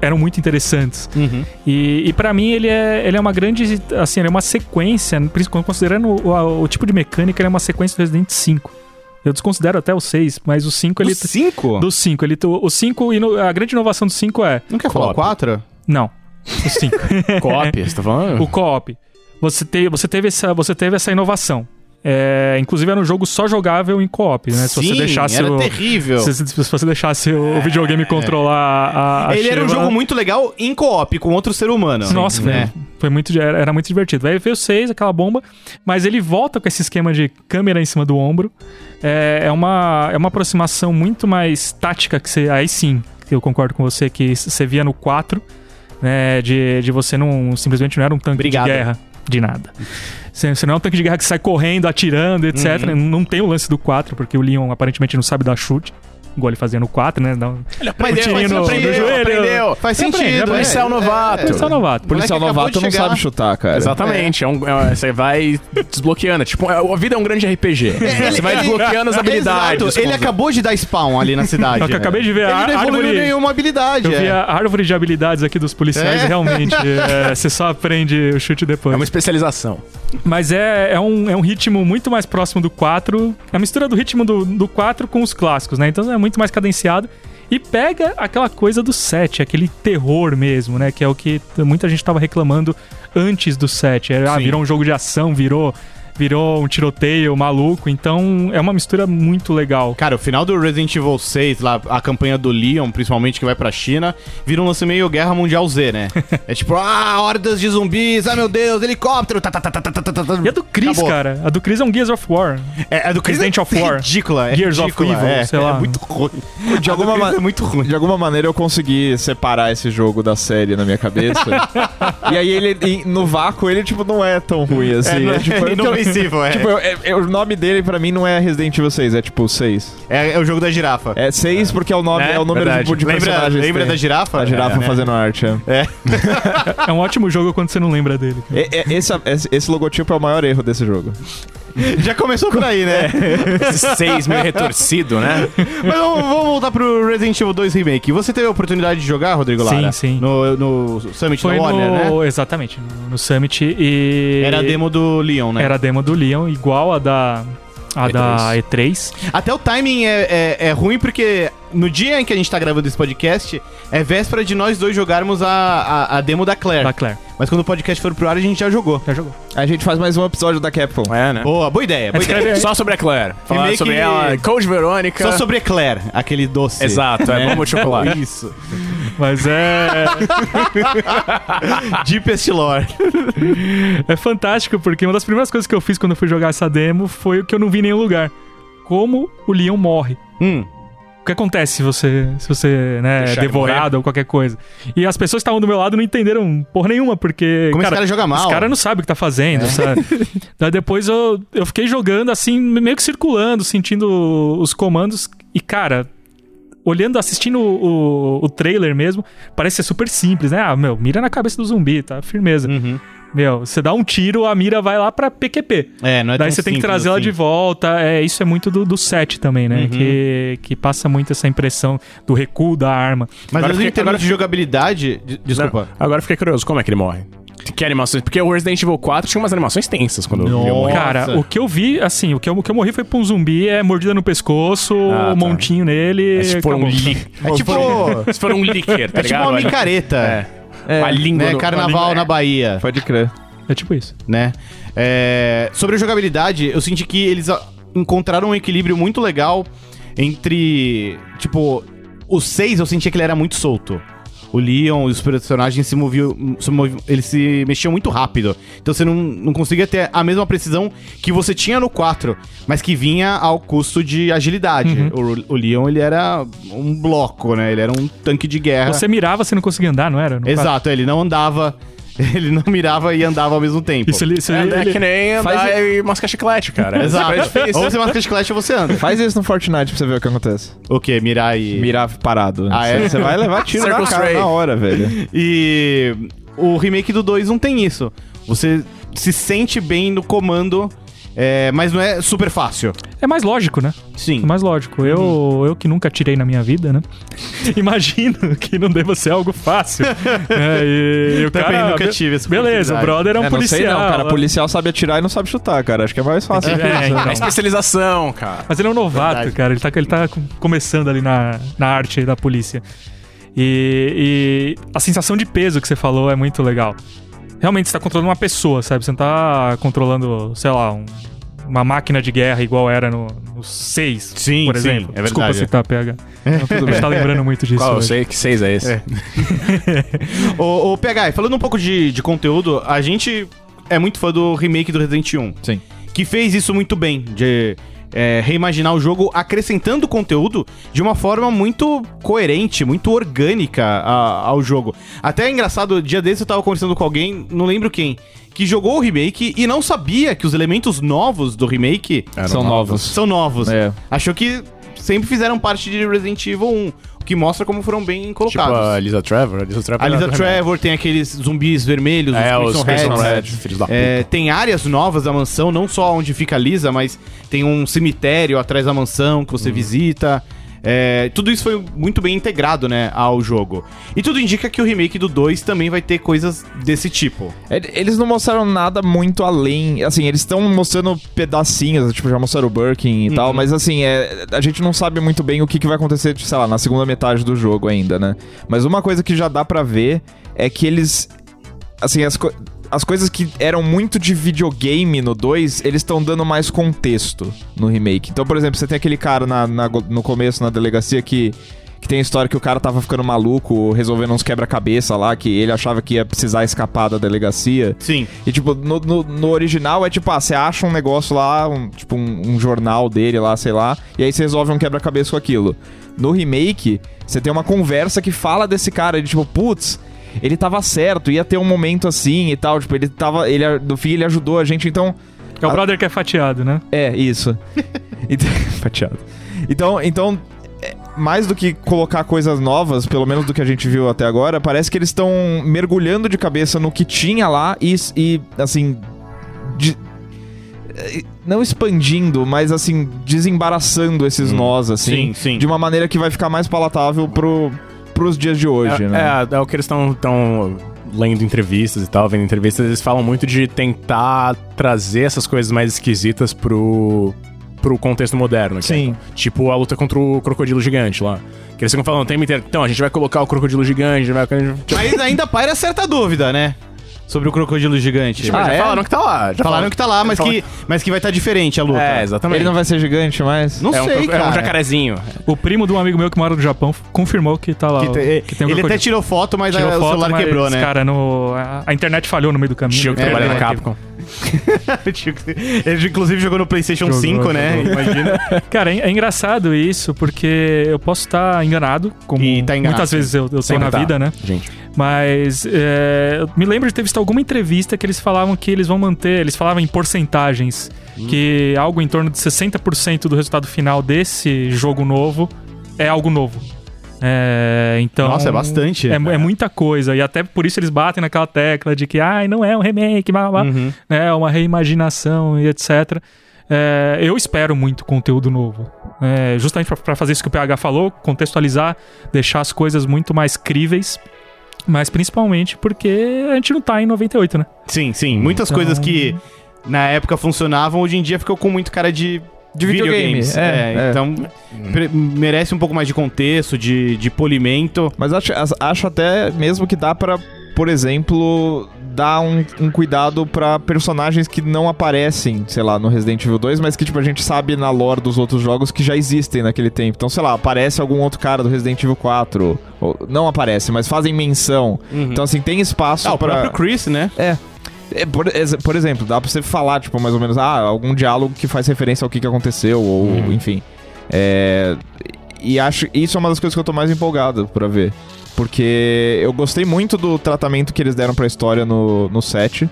[SPEAKER 4] eram muito interessantes.
[SPEAKER 1] Uhum.
[SPEAKER 4] E, e para mim ele é, ele é uma grande, assim, ele é uma sequência, principalmente considerando o, o- o tipo de mecânica, ele é uma sequência do Resident 5. Eu desconsidero até o 6, mas o 5 ele...
[SPEAKER 1] Do 5?
[SPEAKER 4] Do 5, ele... O 5, e no- a grande inovação do 5 é...
[SPEAKER 1] Não quer falar o
[SPEAKER 3] Copa.
[SPEAKER 1] 4?
[SPEAKER 4] Não, o 5.
[SPEAKER 3] Cop, você tá falando?
[SPEAKER 4] o co-op. Você, te, você, teve essa, você teve essa inovação. É, inclusive era um jogo só jogável em co-op, né? Se você deixasse
[SPEAKER 1] era
[SPEAKER 4] o...
[SPEAKER 1] terrível. É.
[SPEAKER 4] Se, se- se você deixasse o videogame controlar a, a
[SPEAKER 1] Ele era um
[SPEAKER 4] Sheva-
[SPEAKER 1] jogo muito legal em co-op, com outro ser humano.
[SPEAKER 4] Nossa,
[SPEAKER 1] né?
[SPEAKER 4] velho. Foi muito, era, era muito divertido. Aí veio o 6, aquela bomba, mas ele volta com esse esquema de câmera em cima do ombro. É, é uma, é uma aproximação muito mais tática que você. Aí sim, eu concordo com você que s- você via no 4, né? De, de você não. Simplesmente não era um tanque
[SPEAKER 1] Obrigado.
[SPEAKER 4] de guerra. De nada. Você, você não é um tanque de guerra que sai correndo, atirando, etc.
[SPEAKER 1] Uhum.
[SPEAKER 4] Não tem o lance do 4, porque o Leon aparentemente não sabe dar chute. Igual ele fazia no 4, né? Dá um-
[SPEAKER 1] Mas,
[SPEAKER 4] Um
[SPEAKER 1] é,
[SPEAKER 4] tirinho
[SPEAKER 1] mas
[SPEAKER 4] no-
[SPEAKER 1] aprendeu,
[SPEAKER 4] no joelho. né?
[SPEAKER 1] aprendeu. Faz
[SPEAKER 4] Aprende,
[SPEAKER 1] sentido.
[SPEAKER 4] aprende.
[SPEAKER 1] é.
[SPEAKER 3] Policial novato.
[SPEAKER 4] Ele só novato.
[SPEAKER 2] Policial
[SPEAKER 1] moleque acabou
[SPEAKER 2] novato
[SPEAKER 1] de
[SPEAKER 2] não
[SPEAKER 1] chegar.
[SPEAKER 2] sabe chutar, cara.
[SPEAKER 3] Exatamente, é um- é um- você vai desbloqueando. Tipo, é- a vida é um grande RPG. você vai desbloqueando as habilidades.
[SPEAKER 1] é, Exato, ele
[SPEAKER 3] com-
[SPEAKER 1] acabou de dar spawn ali na cidade. né?
[SPEAKER 4] Não, que eu acabei de ver
[SPEAKER 1] Ele
[SPEAKER 4] a
[SPEAKER 1] não evoluiu
[SPEAKER 4] árvore-
[SPEAKER 1] nenhuma habilidade.
[SPEAKER 4] Eu
[SPEAKER 1] é.
[SPEAKER 4] vi a árvore de habilidades aqui dos policiais
[SPEAKER 1] É.
[SPEAKER 4] e realmente é, você só aprende o chute depois.
[SPEAKER 3] É uma especialização.
[SPEAKER 4] Mas é, é, um, é um ritmo muito mais próximo do 4. É a mistura do ritmo do, do 4 com os clássicos, né? Então é muito mais cadenciado. E pega aquela coisa do 7, aquele terror mesmo, né? Que é o que t- muita gente tava reclamando antes do 7. Era, ah,
[SPEAKER 1] Sim.
[SPEAKER 4] virou um jogo de ação, virou, virou um tiroteio maluco. Então é uma mistura muito legal.
[SPEAKER 1] Cara, o final do Resident Evil 6, lá, a campanha do Leon, principalmente, que vai pra China, vira um lance meio Guerra Mundial Z, né? é tipo, ah, hordas de zumbis, ah, meu Deus, helicóptero, tá, tá, tá, tá, tá, tá, tá, tá.
[SPEAKER 4] E a do Chris,
[SPEAKER 1] Acabou.
[SPEAKER 4] cara. A do Chris é um Gears of War.
[SPEAKER 1] É, a do Chris
[SPEAKER 4] Resident
[SPEAKER 1] é
[SPEAKER 4] of War.
[SPEAKER 1] ridícula, é
[SPEAKER 4] Gears of
[SPEAKER 1] ridícula,
[SPEAKER 4] Evil,
[SPEAKER 1] é,
[SPEAKER 4] sei
[SPEAKER 1] é
[SPEAKER 4] lá.
[SPEAKER 1] muito ruim.
[SPEAKER 2] De
[SPEAKER 1] A do
[SPEAKER 2] alguma
[SPEAKER 1] Chris
[SPEAKER 2] ma-
[SPEAKER 1] é muito ruim.
[SPEAKER 2] De alguma maneira eu consegui separar esse jogo da série na minha cabeça. e aí ele, e no vácuo, ele tipo não é tão ruim assim.
[SPEAKER 1] É, não-
[SPEAKER 2] É, tipo,
[SPEAKER 1] ele
[SPEAKER 2] eu
[SPEAKER 1] não
[SPEAKER 4] então,
[SPEAKER 1] vem
[SPEAKER 2] quero-
[SPEAKER 1] reconhecível, é.
[SPEAKER 2] Tipo, eu- eu- eu- o nome dele pra mim não é Resident Evil 6, é tipo 6.
[SPEAKER 1] é. é o jogo da girafa.
[SPEAKER 2] É 6 porque é o nome,
[SPEAKER 1] Né?
[SPEAKER 2] é o número
[SPEAKER 3] Verdade.
[SPEAKER 2] de, de
[SPEAKER 1] lembra
[SPEAKER 2] personagens. que
[SPEAKER 1] lembra
[SPEAKER 2] tem.
[SPEAKER 1] da girafa?
[SPEAKER 2] A girafa
[SPEAKER 1] É, né?
[SPEAKER 2] fazendo arte, é.
[SPEAKER 1] É.
[SPEAKER 4] É um ótimo jogo quando você não lembra dele. cara.
[SPEAKER 2] E- e- Esse, esse- esse logotipo é o maior erro desse jogo.
[SPEAKER 1] É. Já começou por aí,
[SPEAKER 4] É.
[SPEAKER 1] né?
[SPEAKER 3] Esse seis meio retorcido, né?
[SPEAKER 1] Mas vamos, vamos voltar pro Resident Evil 2 Remake. Você teve a oportunidade de jogar, Rodrigo Lara?
[SPEAKER 4] Sim, sim.
[SPEAKER 1] No, no Summit
[SPEAKER 4] Foi
[SPEAKER 1] no Warner, né?
[SPEAKER 4] no... Exatamente, no, no Summit e...
[SPEAKER 1] Era a demo do Leon, né?
[SPEAKER 4] Era a demo do Leon, igual a da... A da E3.
[SPEAKER 1] Até o timing é, é- é ruim, porque no dia em que a gente tá gravando esse podcast, é véspera de nós dois jogarmos a, a, a demo da Claire.
[SPEAKER 4] Da Claire.
[SPEAKER 1] Mas quando o podcast for pro ar, a gente já jogou.
[SPEAKER 4] Já jogou.
[SPEAKER 2] A gente faz mais um episódio da Capcom.
[SPEAKER 3] É, né?
[SPEAKER 1] Boa, boa ideia. Boa ideia.
[SPEAKER 3] Só sobre a Claire. Falar
[SPEAKER 1] meio
[SPEAKER 3] sobre
[SPEAKER 1] que-
[SPEAKER 3] ela. Code Verônica.
[SPEAKER 1] Só sobre Claire, aquele doce.
[SPEAKER 3] Exato, é bom multipular.
[SPEAKER 1] Isso.
[SPEAKER 4] Mas é...
[SPEAKER 1] Deepest Lore.
[SPEAKER 4] É fantástico, porque uma das primeiras coisas que eu fiz quando eu fui jogar essa demo foi o que eu não vi em nenhum lugar. Como o Leon morre.
[SPEAKER 1] Hum.
[SPEAKER 4] O que acontece se você, se você né,
[SPEAKER 3] Deixar
[SPEAKER 4] é
[SPEAKER 3] ele
[SPEAKER 4] devorado ou qualquer coisa? E as pessoas que estavam do meu lado não entenderam porra nenhuma, porque.
[SPEAKER 1] Como é esse cara joga mal. É.
[SPEAKER 4] Esse cara não sabe o que tá fazendo, sabe? Daí depois eu, eu fiquei jogando assim, meio que circulando, sentindo os comandos. E, cara, olhando, assistindo o, o, o trailer mesmo, parece ser super simples, né? Ah, meu, mira na cabeça do zumbi, tá? Firmeza.
[SPEAKER 1] Uhum.
[SPEAKER 4] Meu, você dá um tiro, a mira vai lá pra PQP.
[SPEAKER 1] É, não é
[SPEAKER 4] Daí
[SPEAKER 1] tão
[SPEAKER 4] você tem que
[SPEAKER 1] simples
[SPEAKER 4] trazer ela
[SPEAKER 1] assim. Uhum.
[SPEAKER 4] de volta. É, isso é muito do, do set também, né? Que, que passa muito essa impressão do recuo da arma.
[SPEAKER 1] Mas
[SPEAKER 3] Agora
[SPEAKER 1] mesmo
[SPEAKER 3] fiquei-
[SPEAKER 1] em termos
[SPEAKER 3] agora
[SPEAKER 1] de jogabilidade. de- desculpa.
[SPEAKER 3] Não, agora eu fiquei curioso, como é que ele morre? Que animações? Porque o Resident Evil 4 tinha umas animações tensas quando eu vi.
[SPEAKER 1] Nossa.
[SPEAKER 4] Cara, o que eu vi, assim, o que eu, o que eu morri foi pra um zumbi, é mordida no pescoço,
[SPEAKER 3] Ah,
[SPEAKER 4] um
[SPEAKER 3] tá.
[SPEAKER 4] montinho nele.
[SPEAKER 3] É, se for um
[SPEAKER 4] acabou.
[SPEAKER 3] leak.
[SPEAKER 1] É tipo.
[SPEAKER 3] Se for um leaker, tá
[SPEAKER 1] É tipo
[SPEAKER 3] ligado?
[SPEAKER 1] uma
[SPEAKER 3] Olha,
[SPEAKER 1] micareta.
[SPEAKER 3] É, a língua.
[SPEAKER 1] Né?
[SPEAKER 3] no-
[SPEAKER 1] Carnaval na Bahia.
[SPEAKER 2] Pode crer.
[SPEAKER 4] É tipo isso.
[SPEAKER 1] né? É, sobre a jogabilidade, eu senti que eles ah, encontraram um equilíbrio muito legal entre, tipo, o 6 eu sentia que ele era muito solto. O Leon e os personagens se moviam, se movi- eles se mexiam muito rápido. Então você não, não conseguia ter a mesma precisão que você tinha no 4, mas que vinha ao custo de agilidade.
[SPEAKER 3] Uhum.
[SPEAKER 1] O, o Leon, ele era um bloco, né? Ele era um tanque de guerra.
[SPEAKER 4] Você mirava, você não conseguia andar, não era? No quadro?
[SPEAKER 1] Exato, ele não andava, ele não mirava e andava ao mesmo tempo.
[SPEAKER 4] Isso, ele, isso
[SPEAKER 3] É,
[SPEAKER 4] ele-
[SPEAKER 1] né?
[SPEAKER 3] é que nem andar
[SPEAKER 2] Faz-
[SPEAKER 3] e mascar chiclete, cara.
[SPEAKER 1] Exato.
[SPEAKER 3] É super difícil.
[SPEAKER 1] Ou você masca chiclete ou você anda.
[SPEAKER 2] Faz isso no Fortnite pra você ver o que acontece.
[SPEAKER 1] O que? Mirar e.
[SPEAKER 2] Mirar parado.
[SPEAKER 1] Ah, é?
[SPEAKER 2] Você vai levar tiro na
[SPEAKER 3] Circle
[SPEAKER 2] cara
[SPEAKER 3] Strafe.
[SPEAKER 2] na hora, velho.
[SPEAKER 1] E o remake do 2 não tem isso. Você se sente bem no comando, é, mas não é super fácil.
[SPEAKER 4] é mais lógico, né?
[SPEAKER 1] Sim. Uhum.
[SPEAKER 4] É mais lógico. Eu, eu que nunca tirei na minha vida, né? Imagino que não deva ser algo fácil. É, e, e o
[SPEAKER 1] Também
[SPEAKER 4] cara,
[SPEAKER 1] nunca tive essa
[SPEAKER 4] Beleza, o
[SPEAKER 1] oportunidade.
[SPEAKER 4] brother é um
[SPEAKER 2] É, não
[SPEAKER 4] policial.
[SPEAKER 2] sei não, cara.
[SPEAKER 4] né?
[SPEAKER 2] Policial sabe atirar e não sabe chutar, cara. Acho que é mais fácil.
[SPEAKER 4] É, então.
[SPEAKER 3] É especialização, cara.
[SPEAKER 4] Mas ele é um novato,
[SPEAKER 1] Verdade.
[SPEAKER 4] cara. Ele tá, ele tá com- começando ali na, na arte da polícia. E, e a sensação de peso que você falou é muito legal. Realmente, você tá controlando uma pessoa, sabe? Você não tá controlando, sei lá, um- uma máquina de guerra igual era no, no 6,
[SPEAKER 1] Sim,
[SPEAKER 4] por
[SPEAKER 1] sim,
[SPEAKER 4] exemplo.
[SPEAKER 1] é
[SPEAKER 4] Desculpa
[SPEAKER 1] verdade. É.
[SPEAKER 4] citar PH. A gente tá lembrando muito disso.
[SPEAKER 3] Qual? Eu
[SPEAKER 4] hoje.
[SPEAKER 3] sei que seis é esse.
[SPEAKER 1] Ô, ô, PH, falando um pouco de, de conteúdo, a gente é muito fã do remake do Resident 1.
[SPEAKER 2] Sim.
[SPEAKER 1] Que fez isso muito bem, de é, reimaginar o jogo acrescentando conteúdo de uma forma muito coerente, muito orgânica a- ao jogo. Até é engraçado, dia desse eu tava conversando com alguém, não lembro quem, que jogou o remake e não sabia que os elementos novos do remake
[SPEAKER 3] Eram
[SPEAKER 2] São novos.
[SPEAKER 1] são novos.
[SPEAKER 2] É.
[SPEAKER 1] Achou que sempre fizeram parte de Resident Evil 1, o que mostra como foram bem
[SPEAKER 3] Tipo
[SPEAKER 1] colocados.
[SPEAKER 3] a Lisa Trevor. A Lisa Trevor,
[SPEAKER 1] A Lisa
[SPEAKER 3] era-
[SPEAKER 1] Trevor tem aqueles zumbis vermelhos,
[SPEAKER 3] É, os
[SPEAKER 1] Crimson
[SPEAKER 3] Crimson
[SPEAKER 1] Reds.
[SPEAKER 3] Red. Filhos da puta.
[SPEAKER 1] É, tem áreas novas da mansão, não só onde fica a Lisa, mas tem um cemitério atrás da mansão que
[SPEAKER 3] Hum.
[SPEAKER 1] você visita. É, tudo isso foi muito bem integrado, né, ao jogo. E tudo indica que o remake do 2 também vai ter coisas desse tipo.
[SPEAKER 2] Ele- É, Eles não mostraram nada muito além. Assim, eles estão mostrando pedacinhos, tipo, já mostraram o Birkin e tal, mas assim, é, a gente não sabe muito bem o que, que vai acontecer, tipo, sei lá, na segunda metade do jogo ainda, né? Mas uma coisa que já dá pra ver é que eles. Assim, as, co- as coisas que eram muito de videogame no 2, eles estão dando mais contexto no remake. Então, por exemplo, você tem aquele cara na- na go- no começo, na delegacia, que. Que tem a história que o cara tava ficando maluco, resolvendo uns quebra-cabeça lá, que ele achava que ia precisar escapar da delegacia.
[SPEAKER 1] Sim.
[SPEAKER 2] E, tipo, no, no- no original é tipo, ah, você acha um negócio lá, um- tipo, um, um jornal dele lá, sei lá, e aí você resolve um quebra-cabeça com aquilo. No remake, você tem uma conversa que fala desse cara, de tipo, putz. Ele tava certo, ia ter um momento assim e tal, tipo, ele tava, ele no fim ele ajudou a gente, então
[SPEAKER 4] É o brother que é fatiado, né?
[SPEAKER 2] É, isso. Então, fatiado. Então, então é, mais do que colocar coisas novas, pelo menos do que a gente viu até agora, parece que eles estão mergulhando de cabeça no que tinha lá e, e, assim. de- é, não expandindo, mas assim, desembaraçando esses nós, assim.
[SPEAKER 1] Hum. Sim, sim.
[SPEAKER 2] De uma maneira que vai ficar mais palatável pro, pros dias de hoje,
[SPEAKER 3] É,
[SPEAKER 2] né?
[SPEAKER 3] é, é o que eles estão lendo entrevistas e tal, vendo entrevistas, eles falam muito de tentar trazer essas coisas mais esquisitas pro, pro contexto moderno. que é,
[SPEAKER 2] Sim.
[SPEAKER 3] tipo a luta contra o crocodilo gigante lá. Que eles ficam falando o tempo inteiro, então, a gente vai colocar o crocodilo gigante, vai... Tipo,
[SPEAKER 1] Mas ainda paira certa dúvida, né? Sobre o crocodilo gigante.
[SPEAKER 3] já
[SPEAKER 2] é?
[SPEAKER 3] falaram que tá lá. Já
[SPEAKER 1] Ah, Falaram que tá lá, mas
[SPEAKER 3] Fala-
[SPEAKER 1] que, mas que vai estar diferente a luta.
[SPEAKER 3] É, exatamente.
[SPEAKER 2] Ele não vai ser gigante mais?
[SPEAKER 1] Não
[SPEAKER 3] é um,
[SPEAKER 1] sei,
[SPEAKER 3] croco- é um
[SPEAKER 1] cara.
[SPEAKER 3] jacarezinho.
[SPEAKER 4] O primo de um amigo meu que mora no Japão f- confirmou que tá lá.
[SPEAKER 1] Que
[SPEAKER 4] ó,
[SPEAKER 1] tem-
[SPEAKER 4] que tem um
[SPEAKER 1] ele até
[SPEAKER 4] crocodilo.
[SPEAKER 1] tirou foto, mas
[SPEAKER 4] Tirou
[SPEAKER 1] a- o
[SPEAKER 4] foto,
[SPEAKER 1] celular
[SPEAKER 4] mas,
[SPEAKER 1] quebrou, né?
[SPEAKER 4] Cara, no, a, a internet falhou no meio do caminho.
[SPEAKER 3] Tio que
[SPEAKER 4] É,
[SPEAKER 3] trabalha na
[SPEAKER 4] é,
[SPEAKER 3] Capcom.
[SPEAKER 1] Tipo, ele inclusive jogou no PlayStation
[SPEAKER 4] Jogou,
[SPEAKER 1] 5, né?
[SPEAKER 4] jogou.
[SPEAKER 1] Imagina.
[SPEAKER 4] Cara, é, é engraçado isso, porque eu posso estar enganado, como
[SPEAKER 1] E tá enganado,
[SPEAKER 4] muitas
[SPEAKER 1] sim.
[SPEAKER 4] vezes eu, eu tô
[SPEAKER 3] Sempre
[SPEAKER 4] na
[SPEAKER 3] tá.
[SPEAKER 4] vida, né?
[SPEAKER 3] Gente.
[SPEAKER 4] Mas é, eu me lembro de ter visto alguma entrevista que eles falavam que eles vão manter, eles falavam em porcentagens,
[SPEAKER 1] Hum.
[SPEAKER 4] que algo em torno de 60% do resultado final desse jogo novo é algo novo. É, então,
[SPEAKER 1] Nossa, é bastante.
[SPEAKER 4] É, mu- é muita coisa. E até por isso eles batem naquela tecla de que ai, não é um remake, blá, blá, blá,
[SPEAKER 1] Uhum.
[SPEAKER 4] né, é uma reimaginação e etc. É, eu espero muito conteúdo novo. É, justamente para fazer isso que o PH falou, contextualizar, deixar as coisas muito mais críveis. Mas principalmente porque a gente não tá em 98, né?
[SPEAKER 1] Sim, sim. Muitas
[SPEAKER 4] Então-
[SPEAKER 1] coisas que na época funcionavam, hoje em dia ficou com muito cara de.
[SPEAKER 2] De videogame,
[SPEAKER 1] videogames.
[SPEAKER 2] é,
[SPEAKER 1] É,
[SPEAKER 2] é.
[SPEAKER 1] Então, pre- merece um pouco mais de contexto, de, de polimento.
[SPEAKER 2] Mas acho, as- acho até mesmo que dá pra, por exemplo, dar um, um cuidado pra personagens que não aparecem, sei lá, no Resident Evil 2, mas que tipo a gente sabe na lore dos outros jogos que já existem naquele tempo. Então, sei lá, aparece algum outro cara do Resident Evil 4, ou- não aparece, mas fazem menção.
[SPEAKER 4] Uhum.
[SPEAKER 2] Então, assim, tem espaço
[SPEAKER 1] Ah, o
[SPEAKER 2] pra
[SPEAKER 1] próprio Chris, né?
[SPEAKER 2] é. É, por, ex- por exemplo, dá pra você falar, tipo, mais ou menos, ah, algum diálogo que faz referência ao que, que aconteceu, ou enfim. É, e acho isso é uma das coisas que eu tô mais empolgado pra ver. Porque eu gostei muito do tratamento que eles deram pra história no, no set.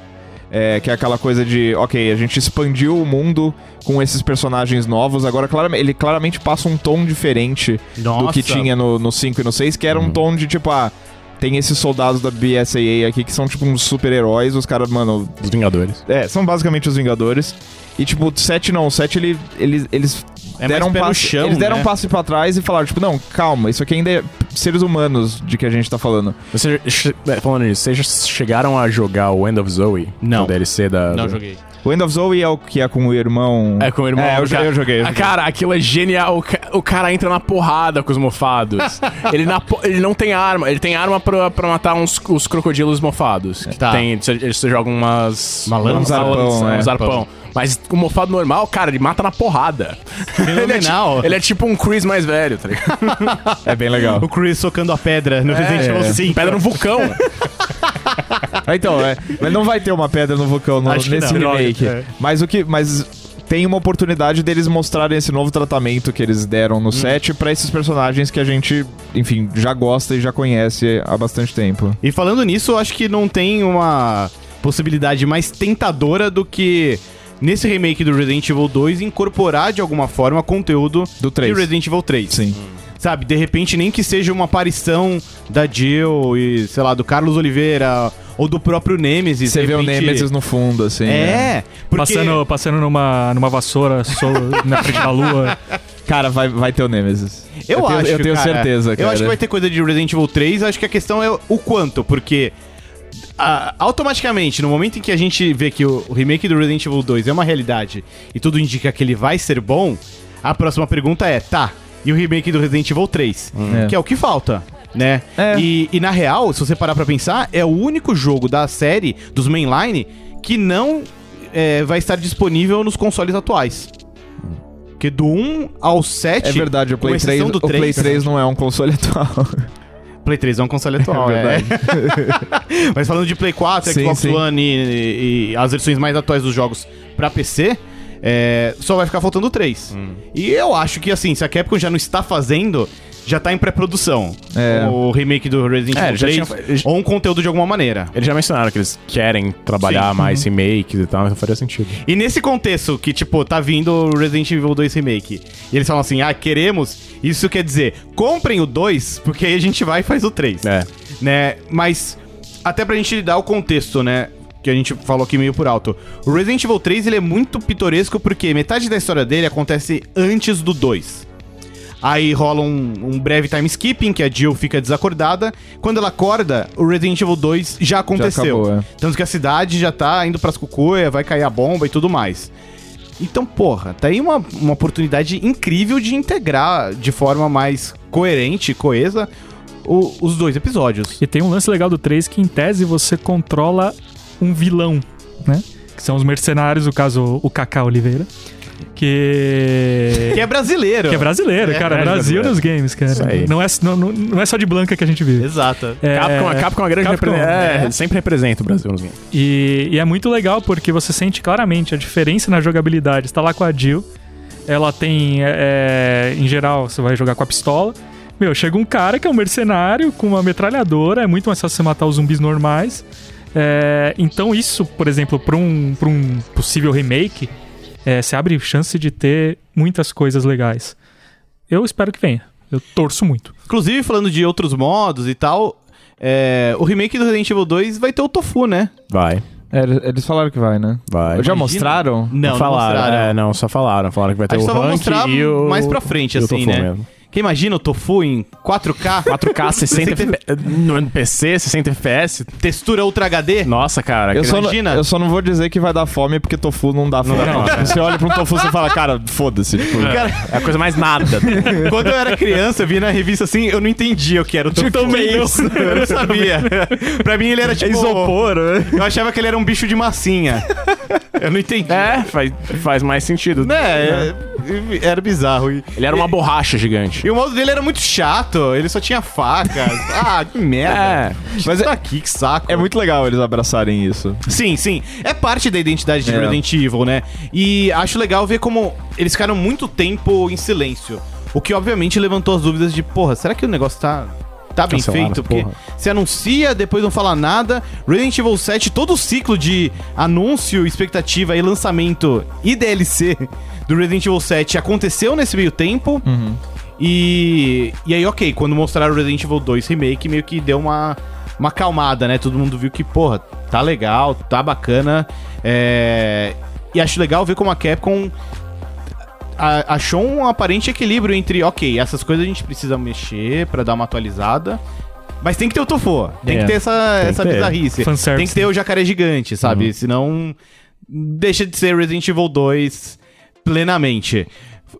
[SPEAKER 2] É, que é aquela coisa de, ok, a gente expandiu o mundo com esses personagens novos. Agora, claramente, ele claramente passa um tom diferente do que tinha no, no 5 e no 6, que era um tom de tipo, ah, tem esses soldados da BSAA aqui que são tipo uns super-heróis, os caras, mano.
[SPEAKER 3] Os Vingadores.
[SPEAKER 2] É, são basicamente os Vingadores. E tipo, o 7 não, o 7 ele, ele, eles
[SPEAKER 1] É mais
[SPEAKER 2] deram um
[SPEAKER 1] pé no
[SPEAKER 2] passo.
[SPEAKER 1] chão,
[SPEAKER 2] eles deram
[SPEAKER 1] né?
[SPEAKER 2] um passo pra trás e falaram, tipo, não, calma, isso aqui ainda é seres humanos de que a gente tá falando.
[SPEAKER 3] Você, che- é, falando nisso, vocês já chegaram a jogar o End of Zoe?
[SPEAKER 1] Não.
[SPEAKER 3] O DLC da...
[SPEAKER 1] Não,
[SPEAKER 3] do-
[SPEAKER 1] joguei.
[SPEAKER 2] O End of Zoe é o que é com o irmão.
[SPEAKER 3] É, com o irmão.
[SPEAKER 2] É, eu,
[SPEAKER 3] do cara.
[SPEAKER 2] eu joguei. eu
[SPEAKER 3] Ah, cara, aquilo é genial. O ca- O cara entra na porrada com os mofados. ele, na po- ele não tem arma. Ele tem arma pra, pra matar uns, os crocodilos mofados. Que
[SPEAKER 1] Tá.
[SPEAKER 3] Tem, você, você joga umas...
[SPEAKER 1] Uma lança?
[SPEAKER 3] uns
[SPEAKER 2] Um zarpão,
[SPEAKER 3] Um
[SPEAKER 2] é.
[SPEAKER 4] né?
[SPEAKER 3] zarpão. Mas o mofado normal, cara, ele mata na porrada. ele, é,
[SPEAKER 1] Fenomenal.
[SPEAKER 3] ti- ele é tipo um Chris mais velho, tá ligado?
[SPEAKER 2] joguei. É bem legal.
[SPEAKER 1] O Chris socando a pedra
[SPEAKER 4] É.
[SPEAKER 1] no Resident
[SPEAKER 3] tipo
[SPEAKER 1] Evil 5.
[SPEAKER 3] É. Pedra no vulcão.
[SPEAKER 2] Ah, então, é. Mas não vai ter uma pedra no vulcão no-
[SPEAKER 1] Acho que
[SPEAKER 2] nesse
[SPEAKER 1] não.
[SPEAKER 2] remake.
[SPEAKER 1] Droga, é.
[SPEAKER 2] Mas o que. Mas tem uma oportunidade deles mostrarem esse novo tratamento que eles deram
[SPEAKER 1] Hum.
[SPEAKER 2] no set pra esses personagens que a gente, enfim, já gosta e já conhece há bastante tempo.
[SPEAKER 1] E falando nisso, eu acho que não tem uma possibilidade mais tentadora do que nesse remake do Resident Evil 2 incorporar de alguma forma conteúdo
[SPEAKER 2] Do três.
[SPEAKER 1] de Resident Evil 3.
[SPEAKER 2] Sim.
[SPEAKER 1] Sabe, de repente nem que seja uma aparição da Jill e, sei lá, do Carlos Oliveira ou do próprio Nemesis.
[SPEAKER 2] Você
[SPEAKER 1] de
[SPEAKER 2] vê o
[SPEAKER 1] repente-
[SPEAKER 2] Nemesis no fundo, assim. né?
[SPEAKER 1] É, porque...
[SPEAKER 4] Passando, passando numa, numa vassoura sol, na frente da lua.
[SPEAKER 2] Cara, vai, vai ter o Nemesis.
[SPEAKER 1] Eu,
[SPEAKER 2] tenho-
[SPEAKER 1] acho,
[SPEAKER 2] Eu tenho
[SPEAKER 1] cara.
[SPEAKER 2] certeza, cara.
[SPEAKER 1] Eu acho que vai ter coisa de Resident Evil 3, acho que a questão é o quanto, porque ah, automaticamente, no momento em que a gente vê que o, o remake do Resident Evil 2 é uma realidade e tudo indica que ele vai ser bom, a próxima pergunta é, tá, e o remake do Resident Evil 3?
[SPEAKER 2] É.
[SPEAKER 1] Que é o que falta. Né?
[SPEAKER 2] É.
[SPEAKER 1] E, e na real, se você parar pra pensar, é o único jogo da série, dos mainline, que não é, vai estar disponível nos consoles atuais. Porque do 1 ao 7.
[SPEAKER 2] É verdade, o Play
[SPEAKER 1] tipo, com exceção
[SPEAKER 2] 3,
[SPEAKER 1] do né?
[SPEAKER 2] o Play
[SPEAKER 1] 3,
[SPEAKER 2] 3 não é um console atual.
[SPEAKER 1] Play 3 é um console atual,
[SPEAKER 2] É
[SPEAKER 1] é Mas falando de Play 4,
[SPEAKER 2] Sim,
[SPEAKER 1] Xbox
[SPEAKER 2] sim.
[SPEAKER 1] One e, e as versões mais atuais dos jogos pra PC,
[SPEAKER 3] Hum.
[SPEAKER 1] é, só vai ficar faltando 3. E eu acho que, assim, se a Capcom já não está fazendo, já tá em pré-produção.
[SPEAKER 2] É.
[SPEAKER 1] O remake do Resident
[SPEAKER 3] É,
[SPEAKER 1] Evil
[SPEAKER 3] já
[SPEAKER 1] 3,
[SPEAKER 3] tinha-
[SPEAKER 1] ou um conteúdo de alguma maneira.
[SPEAKER 3] Eles já mencionaram que eles querem trabalhar mais remakes e tal, então faria sentido.
[SPEAKER 1] E nesse contexto que, tipo, tá vindo o Resident Evil 2 Remake, e eles falam assim, ah, queremos, isso quer dizer, comprem o 2, porque aí a gente vai e faz o 3.
[SPEAKER 3] É.
[SPEAKER 1] Né? Mas, até pra gente dar o contexto, né, que a gente falou aqui meio por alto. O Resident Evil 3, ele é muito pitoresco, porque metade da história dele acontece antes do 2. Aí rola um, um breve time skipping, que a Jill fica desacordada. Quando ela acorda, o Resident Evil 2 já aconteceu.
[SPEAKER 2] acabou, é.
[SPEAKER 1] Tanto que a cidade já tá indo pras cucuia, vai cair a bomba e tudo mais. Então, porra, tá aí uma, uma oportunidade incrível de integrar de forma mais coerente, e coesa, o- os dois episódios.
[SPEAKER 4] E tem um lance legal do 3 que, em tese, você controla um vilão, né? Que são os mercenários, no caso, o Kaká Oliveira. Que.
[SPEAKER 1] Que é brasileiro.
[SPEAKER 4] Que é brasileiro,
[SPEAKER 1] É,
[SPEAKER 4] cara.
[SPEAKER 1] é
[SPEAKER 4] Brasil
[SPEAKER 1] brasileiro.
[SPEAKER 4] nos games, cara.
[SPEAKER 3] Isso aí.
[SPEAKER 4] Não é, não, não- não é só de Blanca que a gente vive.
[SPEAKER 1] Exato.
[SPEAKER 4] É,
[SPEAKER 3] Capcom, a Capcom é uma grande
[SPEAKER 4] Capcom,
[SPEAKER 3] representante. É,
[SPEAKER 4] é.
[SPEAKER 3] sempre representa o Brasil nos games.
[SPEAKER 4] E, e é muito legal porque você sente claramente a diferença na jogabilidade. Você tá lá com a Jill, ela tem. é, é, em geral, você vai jogar com a pistola. Meu, chega um cara que é um mercenário com uma metralhadora, é muito mais fácil você matar os zumbis normais. É, então, isso, por exemplo, pra um, pra um possível remake, é, você abre chance de ter muitas coisas legais. Eu espero que venha. Eu torço muito.
[SPEAKER 1] Inclusive, falando de outros modos e tal, é, o remake do Resident Evil 2 vai ter o Tofu, né?
[SPEAKER 3] Vai,
[SPEAKER 2] É, eles falaram que vai, né?
[SPEAKER 3] vai.
[SPEAKER 2] Já
[SPEAKER 1] Imagina.
[SPEAKER 2] mostraram?
[SPEAKER 1] Não, não
[SPEAKER 3] falaram,
[SPEAKER 1] mostraram.
[SPEAKER 3] é, não, só falaram. Falaram que vai ter
[SPEAKER 1] Acho que
[SPEAKER 3] o
[SPEAKER 1] só vão
[SPEAKER 3] rank
[SPEAKER 1] mostrar
[SPEAKER 3] e o...
[SPEAKER 1] mais pra frente,
[SPEAKER 3] e o
[SPEAKER 1] assim,
[SPEAKER 3] Tofu
[SPEAKER 1] né?
[SPEAKER 3] mesmo.
[SPEAKER 1] Que imagina o Tofu em 4K,
[SPEAKER 3] 4K, 60 FPS. No PC, 60 FPS.
[SPEAKER 1] textura Ultra HD?
[SPEAKER 3] Nossa, cara.
[SPEAKER 2] Eu
[SPEAKER 3] que-
[SPEAKER 2] só, não,
[SPEAKER 1] Imagina.
[SPEAKER 2] eu só não vou dizer que vai dar fome, porque tofu não dá fome.
[SPEAKER 3] dá fome.
[SPEAKER 2] Você olha pra um tofu e você fala, cara, foda-se. Tipo,
[SPEAKER 1] Cara, É
[SPEAKER 3] É a coisa mais nada.
[SPEAKER 1] Quando eu era criança, eu vi na revista assim, eu não entendia o que era o Tofu. Eu
[SPEAKER 2] também
[SPEAKER 1] não-
[SPEAKER 2] isso.
[SPEAKER 1] Eu não sabia. pra mim ele era tipo...
[SPEAKER 2] né?
[SPEAKER 1] Eu achava que ele era um bicho de massinha. Eu não entendi.
[SPEAKER 3] é, faz, faz mais sentido.
[SPEAKER 1] Né? é- Era bizarro. E,
[SPEAKER 3] Ele era uma borracha gigante.
[SPEAKER 1] e o modo dele era muito chato. Ele só tinha faca. ah, que merda.
[SPEAKER 3] É.
[SPEAKER 1] Mas tá aqui, que saco.
[SPEAKER 2] É muito legal eles abraçarem isso.
[SPEAKER 1] Sim, sim. É parte da identidade de
[SPEAKER 2] É.
[SPEAKER 1] Resident Evil, né? E acho legal ver como eles ficaram muito tempo em silêncio. O que obviamente levantou as dúvidas de, porra, será que o negócio tá. Tá bem
[SPEAKER 3] Cancelaram,
[SPEAKER 1] feito, porque
[SPEAKER 3] porra.
[SPEAKER 1] se anuncia, depois não fala nada. Resident Evil 7, todo o ciclo de anúncio, expectativa e lançamento e DLC do Resident Evil 7 aconteceu nesse meio tempo.
[SPEAKER 3] Uhum.
[SPEAKER 1] E, e aí, ok, quando mostraram o Resident Evil 2 Remake, meio que deu uma, uma acalmada, né? Todo mundo viu que, porra, tá legal, tá bacana. É, E acho legal ver como a Capcom a- achou um aparente equilíbrio entre, ok, essas coisas a gente precisa mexer pra dar uma atualizada. Mas tem que ter o tofu, tem
[SPEAKER 3] É,
[SPEAKER 1] que ter essa,
[SPEAKER 3] que
[SPEAKER 1] essa
[SPEAKER 3] ter.
[SPEAKER 1] bizarrice.
[SPEAKER 4] Fanservice,
[SPEAKER 1] Tem que ter o jacaré gigante, sabe? Senão deixa de ser Resident Evil 2 plenamente.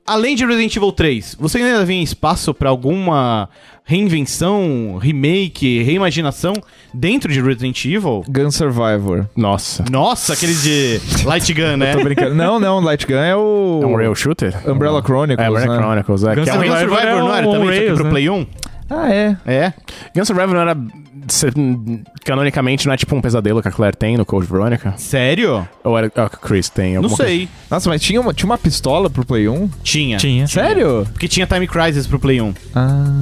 [SPEAKER 1] Além de Resident Evil 3, você ainda vê espaço pra alguma reinvenção, remake, reimaginação dentro de Resident Evil?
[SPEAKER 2] Gun Survivor.
[SPEAKER 3] Nossa.
[SPEAKER 1] Nossa, aquele de Light Gun, né?
[SPEAKER 2] Tô brincando. Não, não, Light Gun é o.
[SPEAKER 3] É um rail shooter?
[SPEAKER 2] Umbrella Chronicles.
[SPEAKER 3] É, Umbrella
[SPEAKER 2] né?
[SPEAKER 3] Chronicles. É,
[SPEAKER 4] Guns
[SPEAKER 3] que é
[SPEAKER 1] É,
[SPEAKER 3] um-
[SPEAKER 1] o Gun
[SPEAKER 4] Survivor
[SPEAKER 1] Survivor não era
[SPEAKER 4] é um
[SPEAKER 1] também, só que
[SPEAKER 4] Rails,
[SPEAKER 1] pro
[SPEAKER 4] né?
[SPEAKER 1] Play 1?
[SPEAKER 2] Ah, é.
[SPEAKER 1] É.
[SPEAKER 3] um- Guns N' Roses não era. se- Canonicamente, não é tipo um pesadelo que a Claire tem no Code Veronica?
[SPEAKER 1] Sério?
[SPEAKER 3] Ou era ah, que o Chris tem?
[SPEAKER 1] Não
[SPEAKER 3] alguma coisa- assim?
[SPEAKER 1] sei.
[SPEAKER 2] Nossa, mas tinha uma, tinha uma pistola pro Play 1?
[SPEAKER 3] É.
[SPEAKER 1] Tinha.
[SPEAKER 4] Tinha.
[SPEAKER 2] Sério?
[SPEAKER 1] Porque tinha Time Crisis pro Play 1.
[SPEAKER 2] Ah.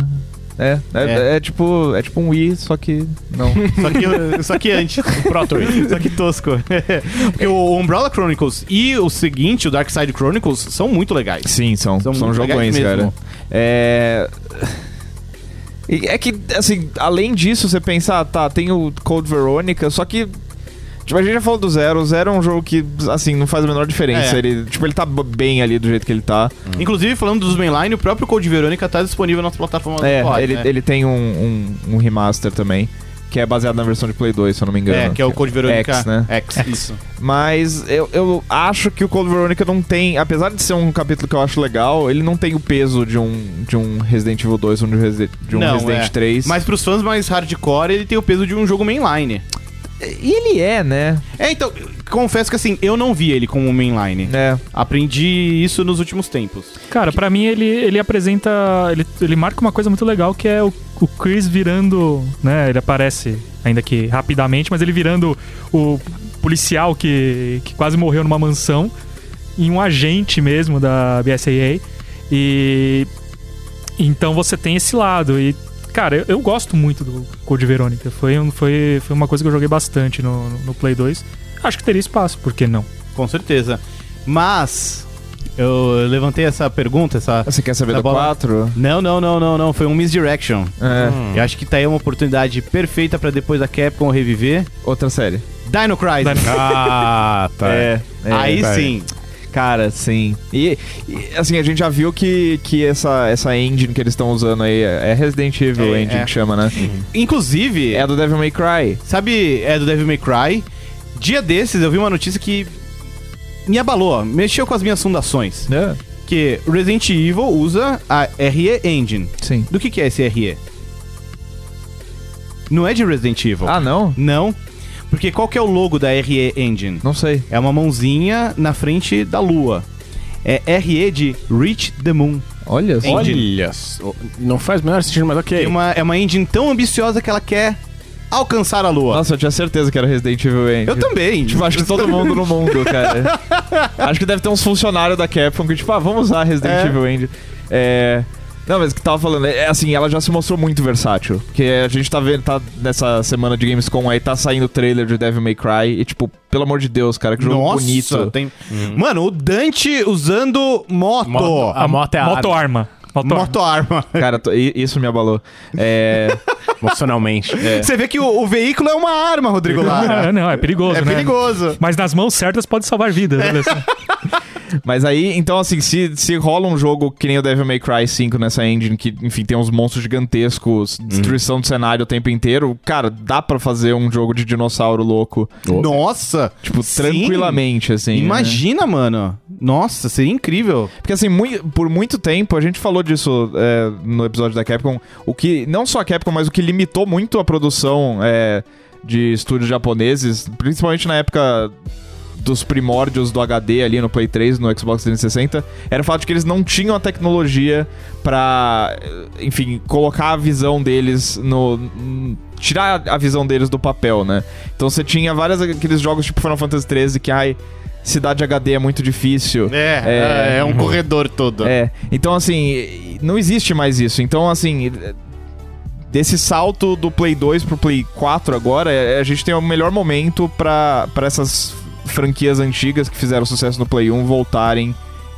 [SPEAKER 2] É, é,
[SPEAKER 1] É.
[SPEAKER 2] é tipo. É tipo um Wii, só que. Não.
[SPEAKER 1] Só que, só que antes. Proto. Só que tosco. Porque o Umbrella Chronicles e o seguinte, o Dark Side Chronicles, são muito legais.
[SPEAKER 2] Sim, são,
[SPEAKER 1] São
[SPEAKER 2] são,
[SPEAKER 1] muito legais
[SPEAKER 2] jogões,
[SPEAKER 1] mesmo.
[SPEAKER 2] cara. É. E É que, assim, além disso, você pensa, ah, tá, tem o Code Veronica, só que. Tipo, a gente já falou do Zero. O Zero é um jogo que, assim, não faz a menor diferença.
[SPEAKER 1] É.
[SPEAKER 2] Ele, tipo, ele tá b- bem ali do jeito que ele tá.
[SPEAKER 1] Uhum. Inclusive, falando dos mainline, o próprio Code Verônica tá disponível nas plataformas
[SPEAKER 2] é,
[SPEAKER 1] do Pod,
[SPEAKER 2] ele,
[SPEAKER 1] né?
[SPEAKER 2] ele tem um, um- um remaster também, que é baseado na versão de Play 2, se eu não me engano.
[SPEAKER 1] É, que é o Code Verônica
[SPEAKER 2] X, né?
[SPEAKER 1] X, isso.
[SPEAKER 2] Mas eu, eu acho que o Code Veronica não tem. Apesar de ser um capítulo que eu acho legal, ele não tem o peso de um, de um Resident Evil 2 ou de um, Resi- de um
[SPEAKER 1] Não,
[SPEAKER 2] Resident
[SPEAKER 1] é.
[SPEAKER 2] 3.
[SPEAKER 1] Mas pros fãs mais hardcore, ele tem o peso de um jogo mainline.
[SPEAKER 2] E ele é, né?
[SPEAKER 1] É, então, confesso que assim, eu não vi ele como um mainline.
[SPEAKER 2] É.
[SPEAKER 1] Aprendi isso nos últimos tempos.
[SPEAKER 4] Cara, pra mim ele, ele apresenta. Ele, ele marca uma coisa muito legal que é o, o Chris virando. né? Ele aparece, ainda que rapidamente, mas ele virando o policial que, que quase morreu numa mansão. Em um agente mesmo da BSAA. E. Então você tem esse lado. E, cara, eu, eu gosto muito do Code Verônica. Foi, um- foi, foi uma coisa que eu joguei bastante no, no- no Play 2. Acho que teria espaço, por que não?
[SPEAKER 1] Com certeza. Mas eu levantei essa pergunta, essa.
[SPEAKER 2] Você quer saber
[SPEAKER 1] Tá
[SPEAKER 2] do
[SPEAKER 1] bom.
[SPEAKER 2] 4?
[SPEAKER 1] Não, não, não, não, não. Foi um misdirection.
[SPEAKER 2] É,
[SPEAKER 1] Eu acho que tá aí uma oportunidade perfeita pra depois da Capcom reviver.
[SPEAKER 2] outra série.
[SPEAKER 1] Dino Crisis. É,
[SPEAKER 4] Dino-
[SPEAKER 3] Ah, tá.
[SPEAKER 1] aí
[SPEAKER 3] tá aí.
[SPEAKER 1] sim.
[SPEAKER 2] Cara, sim. E, e, assim, a gente já viu que, que essa, essa engine que eles estão usando aí é é Resident Evil
[SPEAKER 1] É,
[SPEAKER 2] Engine
[SPEAKER 1] é.
[SPEAKER 2] que chama, né?
[SPEAKER 1] Inclusive,
[SPEAKER 2] É a do Devil May Cry.
[SPEAKER 1] sabe, é do Devil May Cry. Dia desses eu vi uma notícia que me abalou, mexeu com as minhas fundações.
[SPEAKER 2] É.
[SPEAKER 1] Que Resident Evil usa a RE Engine.
[SPEAKER 2] Sim.
[SPEAKER 1] Do que, que é esse RE? Não é de Resident Evil.
[SPEAKER 2] Ah, não?
[SPEAKER 1] Não. Porque qual que é o logo da RE Engine?
[SPEAKER 2] Não sei.
[SPEAKER 1] É uma mãozinha na frente da lua. É RE de Reach the Moon.
[SPEAKER 2] Olha só.
[SPEAKER 3] Olha, só, não faz o menor sentido, mas ok.
[SPEAKER 1] É uma, é uma engine tão ambiciosa que ela quer alcançar a lua.
[SPEAKER 2] Nossa, eu tinha certeza que era Resident Evil Engine.
[SPEAKER 1] eu também.
[SPEAKER 2] Tipo, acho que todo mundo no mundo, cara. acho que deve ter uns funcionários da Capcom que, tipo, ah, vamos usar Resident
[SPEAKER 1] É.
[SPEAKER 2] Evil Engine. É. Não, mas o que eu tava falando, é assim, ela já se mostrou muito versátil. Porque a gente tá vendo, tá nessa semana de Gamescom aí, tá saindo o trailer de Devil May Cry e, tipo, pelo amor de Deus, cara, que um jogo
[SPEAKER 1] Nossa,
[SPEAKER 2] bonito.
[SPEAKER 1] tem- Mano, o Dante usando moto.
[SPEAKER 3] Moto- a moto é a
[SPEAKER 4] Moto arma. Moto arma.
[SPEAKER 1] Moto arma.
[SPEAKER 2] Cara, tô- i- isso me abalou. É.
[SPEAKER 3] emocionalmente.
[SPEAKER 4] É.
[SPEAKER 1] Você vê que o, o veículo é uma arma, Rodrigo Lara.
[SPEAKER 4] Ah, não, é perigoso,
[SPEAKER 1] é
[SPEAKER 4] né?
[SPEAKER 1] perigoso.
[SPEAKER 4] Mas nas mãos certas pode salvar vidas. olha só.
[SPEAKER 2] Mas aí, então, assim, se, se rola um jogo que nem o Devil May Cry 5 nessa engine, que, enfim, tem uns monstros gigantescos, destruição do cenário o tempo inteiro, cara, dá pra fazer um jogo de dinossauro louco,
[SPEAKER 1] Nossa.
[SPEAKER 2] tipo,
[SPEAKER 1] Sim.
[SPEAKER 2] tranquilamente, assim. né?
[SPEAKER 1] Imagina, mano. Nossa, seria incrível.
[SPEAKER 2] Porque, assim, mui- por muito tempo, a gente falou disso é, no episódio da Capcom, o que, não só a Capcom, mas o que limitou muito a produção é, de estúdios japoneses, principalmente na época dos primórdios do HD ali no Play 3, no Xbox 360, era o fato de que eles não tinham a tecnologia pra, eh, enfim, colocar a visão deles no... n- tirar a visão deles do papel, né? Então você tinha vários aqueles jogos tipo Final Fantasy 13 que, ai, cidade HD é muito difícil.
[SPEAKER 1] É, é, um corredor todo.
[SPEAKER 2] É, então assim, não existe mais isso. Então, assim, desse salto do Play 2 pro Play 4 agora, é- a gente tem o melhor momento pra pra essas franquias antigas que fizeram sucesso no Play 1 voltarem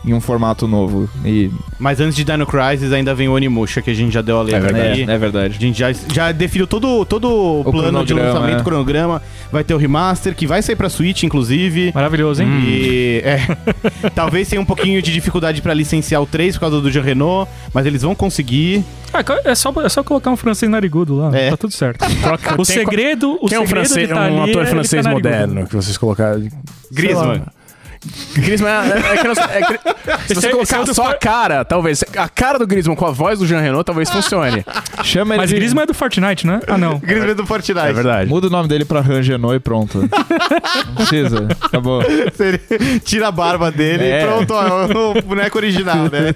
[SPEAKER 2] em um formato novo. E,
[SPEAKER 1] Mas antes de Dino Crisis, ainda vem o Onimusha, que a gente já deu a letra
[SPEAKER 2] é,
[SPEAKER 1] aí.
[SPEAKER 2] é verdade.
[SPEAKER 1] A gente já, já definiu todo, todo o plano de
[SPEAKER 2] cronograma,
[SPEAKER 1] lançamento,
[SPEAKER 2] é.
[SPEAKER 1] cronograma. Vai ter o remaster, que vai sair pra Switch, inclusive.
[SPEAKER 4] Maravilhoso,
[SPEAKER 2] Hum.
[SPEAKER 4] hein?
[SPEAKER 3] Hum.
[SPEAKER 1] E é, talvez tenha um pouquinho de dificuldade pra licenciar o 3 por causa do Jean Renault, mas eles vão conseguir.
[SPEAKER 4] Ah, é, só, é só colocar um francês narigudo lá.
[SPEAKER 1] É.
[SPEAKER 4] Tá tudo certo.
[SPEAKER 3] Troca-
[SPEAKER 4] O
[SPEAKER 3] tem-
[SPEAKER 4] segredo, o
[SPEAKER 3] Quem é um,
[SPEAKER 4] segredo
[SPEAKER 3] francês,
[SPEAKER 4] de tá
[SPEAKER 3] um
[SPEAKER 4] ali é
[SPEAKER 3] ator
[SPEAKER 4] ele
[SPEAKER 3] francês
[SPEAKER 4] tá narigudo.
[SPEAKER 3] moderno que vocês colocaram?
[SPEAKER 1] Griezmann.
[SPEAKER 3] Griezmann é, é que não- é que- se
[SPEAKER 4] Esse
[SPEAKER 3] você
[SPEAKER 4] é- esse é
[SPEAKER 3] colocar
[SPEAKER 4] o do
[SPEAKER 3] só a
[SPEAKER 4] Far-
[SPEAKER 3] cara, talvez. A cara do Griezmann com a voz do Jean Renault talvez funcione.
[SPEAKER 2] Chama ele
[SPEAKER 4] Mas
[SPEAKER 2] de-
[SPEAKER 4] Griezmann é do Fortnite, né? Ah, não.
[SPEAKER 1] Griezmann do Fortnite.
[SPEAKER 3] É verdade.
[SPEAKER 2] Muda o nome dele pra Rangenô e pronto. Não precisa. Acabou.
[SPEAKER 1] Ele tira a barba dele
[SPEAKER 2] É.
[SPEAKER 1] e pronto, ó, o boneco original, né?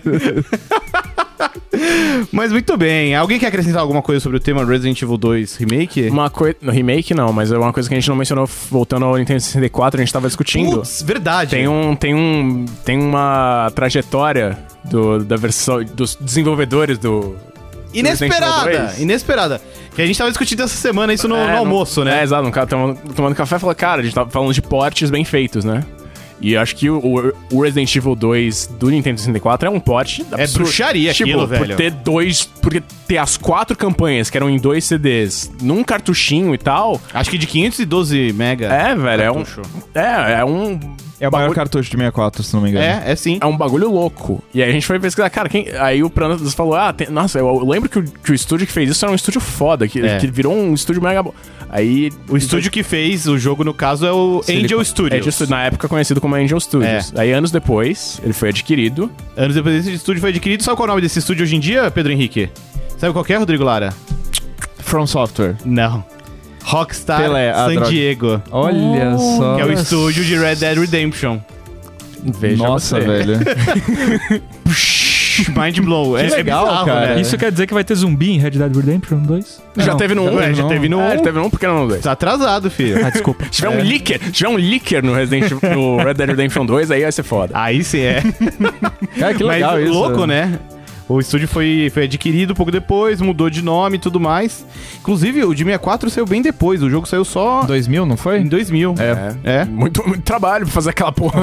[SPEAKER 1] mas muito bem. Alguém quer acrescentar alguma coisa sobre o tema Resident Evil 2 Remake?
[SPEAKER 3] Uma coisa. No remake não, mas é uma coisa que a gente não mencionou voltando ao Nintendo 64, a gente tava discutindo.
[SPEAKER 1] Putz, verdade.
[SPEAKER 3] Tem um, tem um, tem uma trajetória do, da versão dos desenvolvedores do Resident
[SPEAKER 1] Inesperada,
[SPEAKER 3] Evil 2.
[SPEAKER 1] inesperada. Que a gente tava discutindo essa semana isso no,
[SPEAKER 3] É,
[SPEAKER 1] no almoço,
[SPEAKER 3] É,
[SPEAKER 1] né?
[SPEAKER 3] exato, um cara tomando, tomando café e falou, cara, a gente tava falando de portes bem feitos, né? E eu acho que o, o- o Resident Evil 2 do Nintendo 64 é um porte absurdo. Tipo,
[SPEAKER 1] bruxaria aquilo,
[SPEAKER 3] por
[SPEAKER 1] velho.
[SPEAKER 3] ter dois, porque ter as quatro campanhas que eram em dois CDs, num cartuchinho e tal,
[SPEAKER 1] Acho que de 512 mega.
[SPEAKER 3] é, velho, é um
[SPEAKER 1] Cartucho.
[SPEAKER 3] é, é um
[SPEAKER 2] É o maior cartucho de 64, se não me engano.
[SPEAKER 1] é, sim.
[SPEAKER 3] é um bagulho louco. E aí a gente foi pesquisar, cara, quem. Aí o Pranas falou, ah, tem- nossa, eu lembro que o, que o estúdio que fez isso era um estúdio foda, que,
[SPEAKER 1] É.
[SPEAKER 3] que virou um estúdio mega bom. Aí.
[SPEAKER 1] O estúdio que fez o jogo, no caso, é o Angel Studios.
[SPEAKER 3] um
[SPEAKER 1] É.
[SPEAKER 3] Angel Studios, na época conhecido como Angel Studios. Aí anos depois, ele foi adquirido.
[SPEAKER 1] Anos depois desse estúdio foi adquirido. Sabe qual é o nome desse estúdio hoje em dia, Pedro Henrique? Sabe qual que é, Rodrigo Lara?
[SPEAKER 2] From Software.
[SPEAKER 1] Não. Rockstar
[SPEAKER 2] Pelé, a
[SPEAKER 1] San
[SPEAKER 2] droga.
[SPEAKER 1] Diego.
[SPEAKER 2] Olha só.
[SPEAKER 1] Que é o estúdio de Red Dead É. Redemption.
[SPEAKER 3] Veja
[SPEAKER 2] Nossa,
[SPEAKER 3] você.
[SPEAKER 2] velho.
[SPEAKER 1] Mind blow. é, é
[SPEAKER 2] legal,
[SPEAKER 1] bizarro,
[SPEAKER 2] cara.
[SPEAKER 1] né?
[SPEAKER 4] Isso quer dizer que vai ter zumbi em Red Dead Redemption 2?
[SPEAKER 3] Já
[SPEAKER 2] Não,
[SPEAKER 3] teve no
[SPEAKER 2] já
[SPEAKER 3] 1,
[SPEAKER 2] teve
[SPEAKER 3] já
[SPEAKER 2] no
[SPEAKER 3] teve no
[SPEAKER 1] um.
[SPEAKER 3] 1. Já teve no 1, por que não no 2?
[SPEAKER 1] Tá atrasado, filho.
[SPEAKER 4] Ah, desculpa.
[SPEAKER 3] Se
[SPEAKER 1] É.
[SPEAKER 3] tiver um leaker, se tiver um leaker no Resident no Red Dead Redemption 2, aí vai ser foda.
[SPEAKER 1] Aí sim é.
[SPEAKER 2] Cara, que
[SPEAKER 1] Mas
[SPEAKER 2] legal isso.
[SPEAKER 1] louco, né? O estúdio foi, foi adquirido pouco depois, mudou de nome e tudo mais. Inclusive, o de 64 saiu bem depois, o jogo saiu só
[SPEAKER 2] 2000, não foi?
[SPEAKER 1] em 2000.
[SPEAKER 3] É.
[SPEAKER 1] É.
[SPEAKER 3] Muito, muito trabalho pra fazer aquela porra.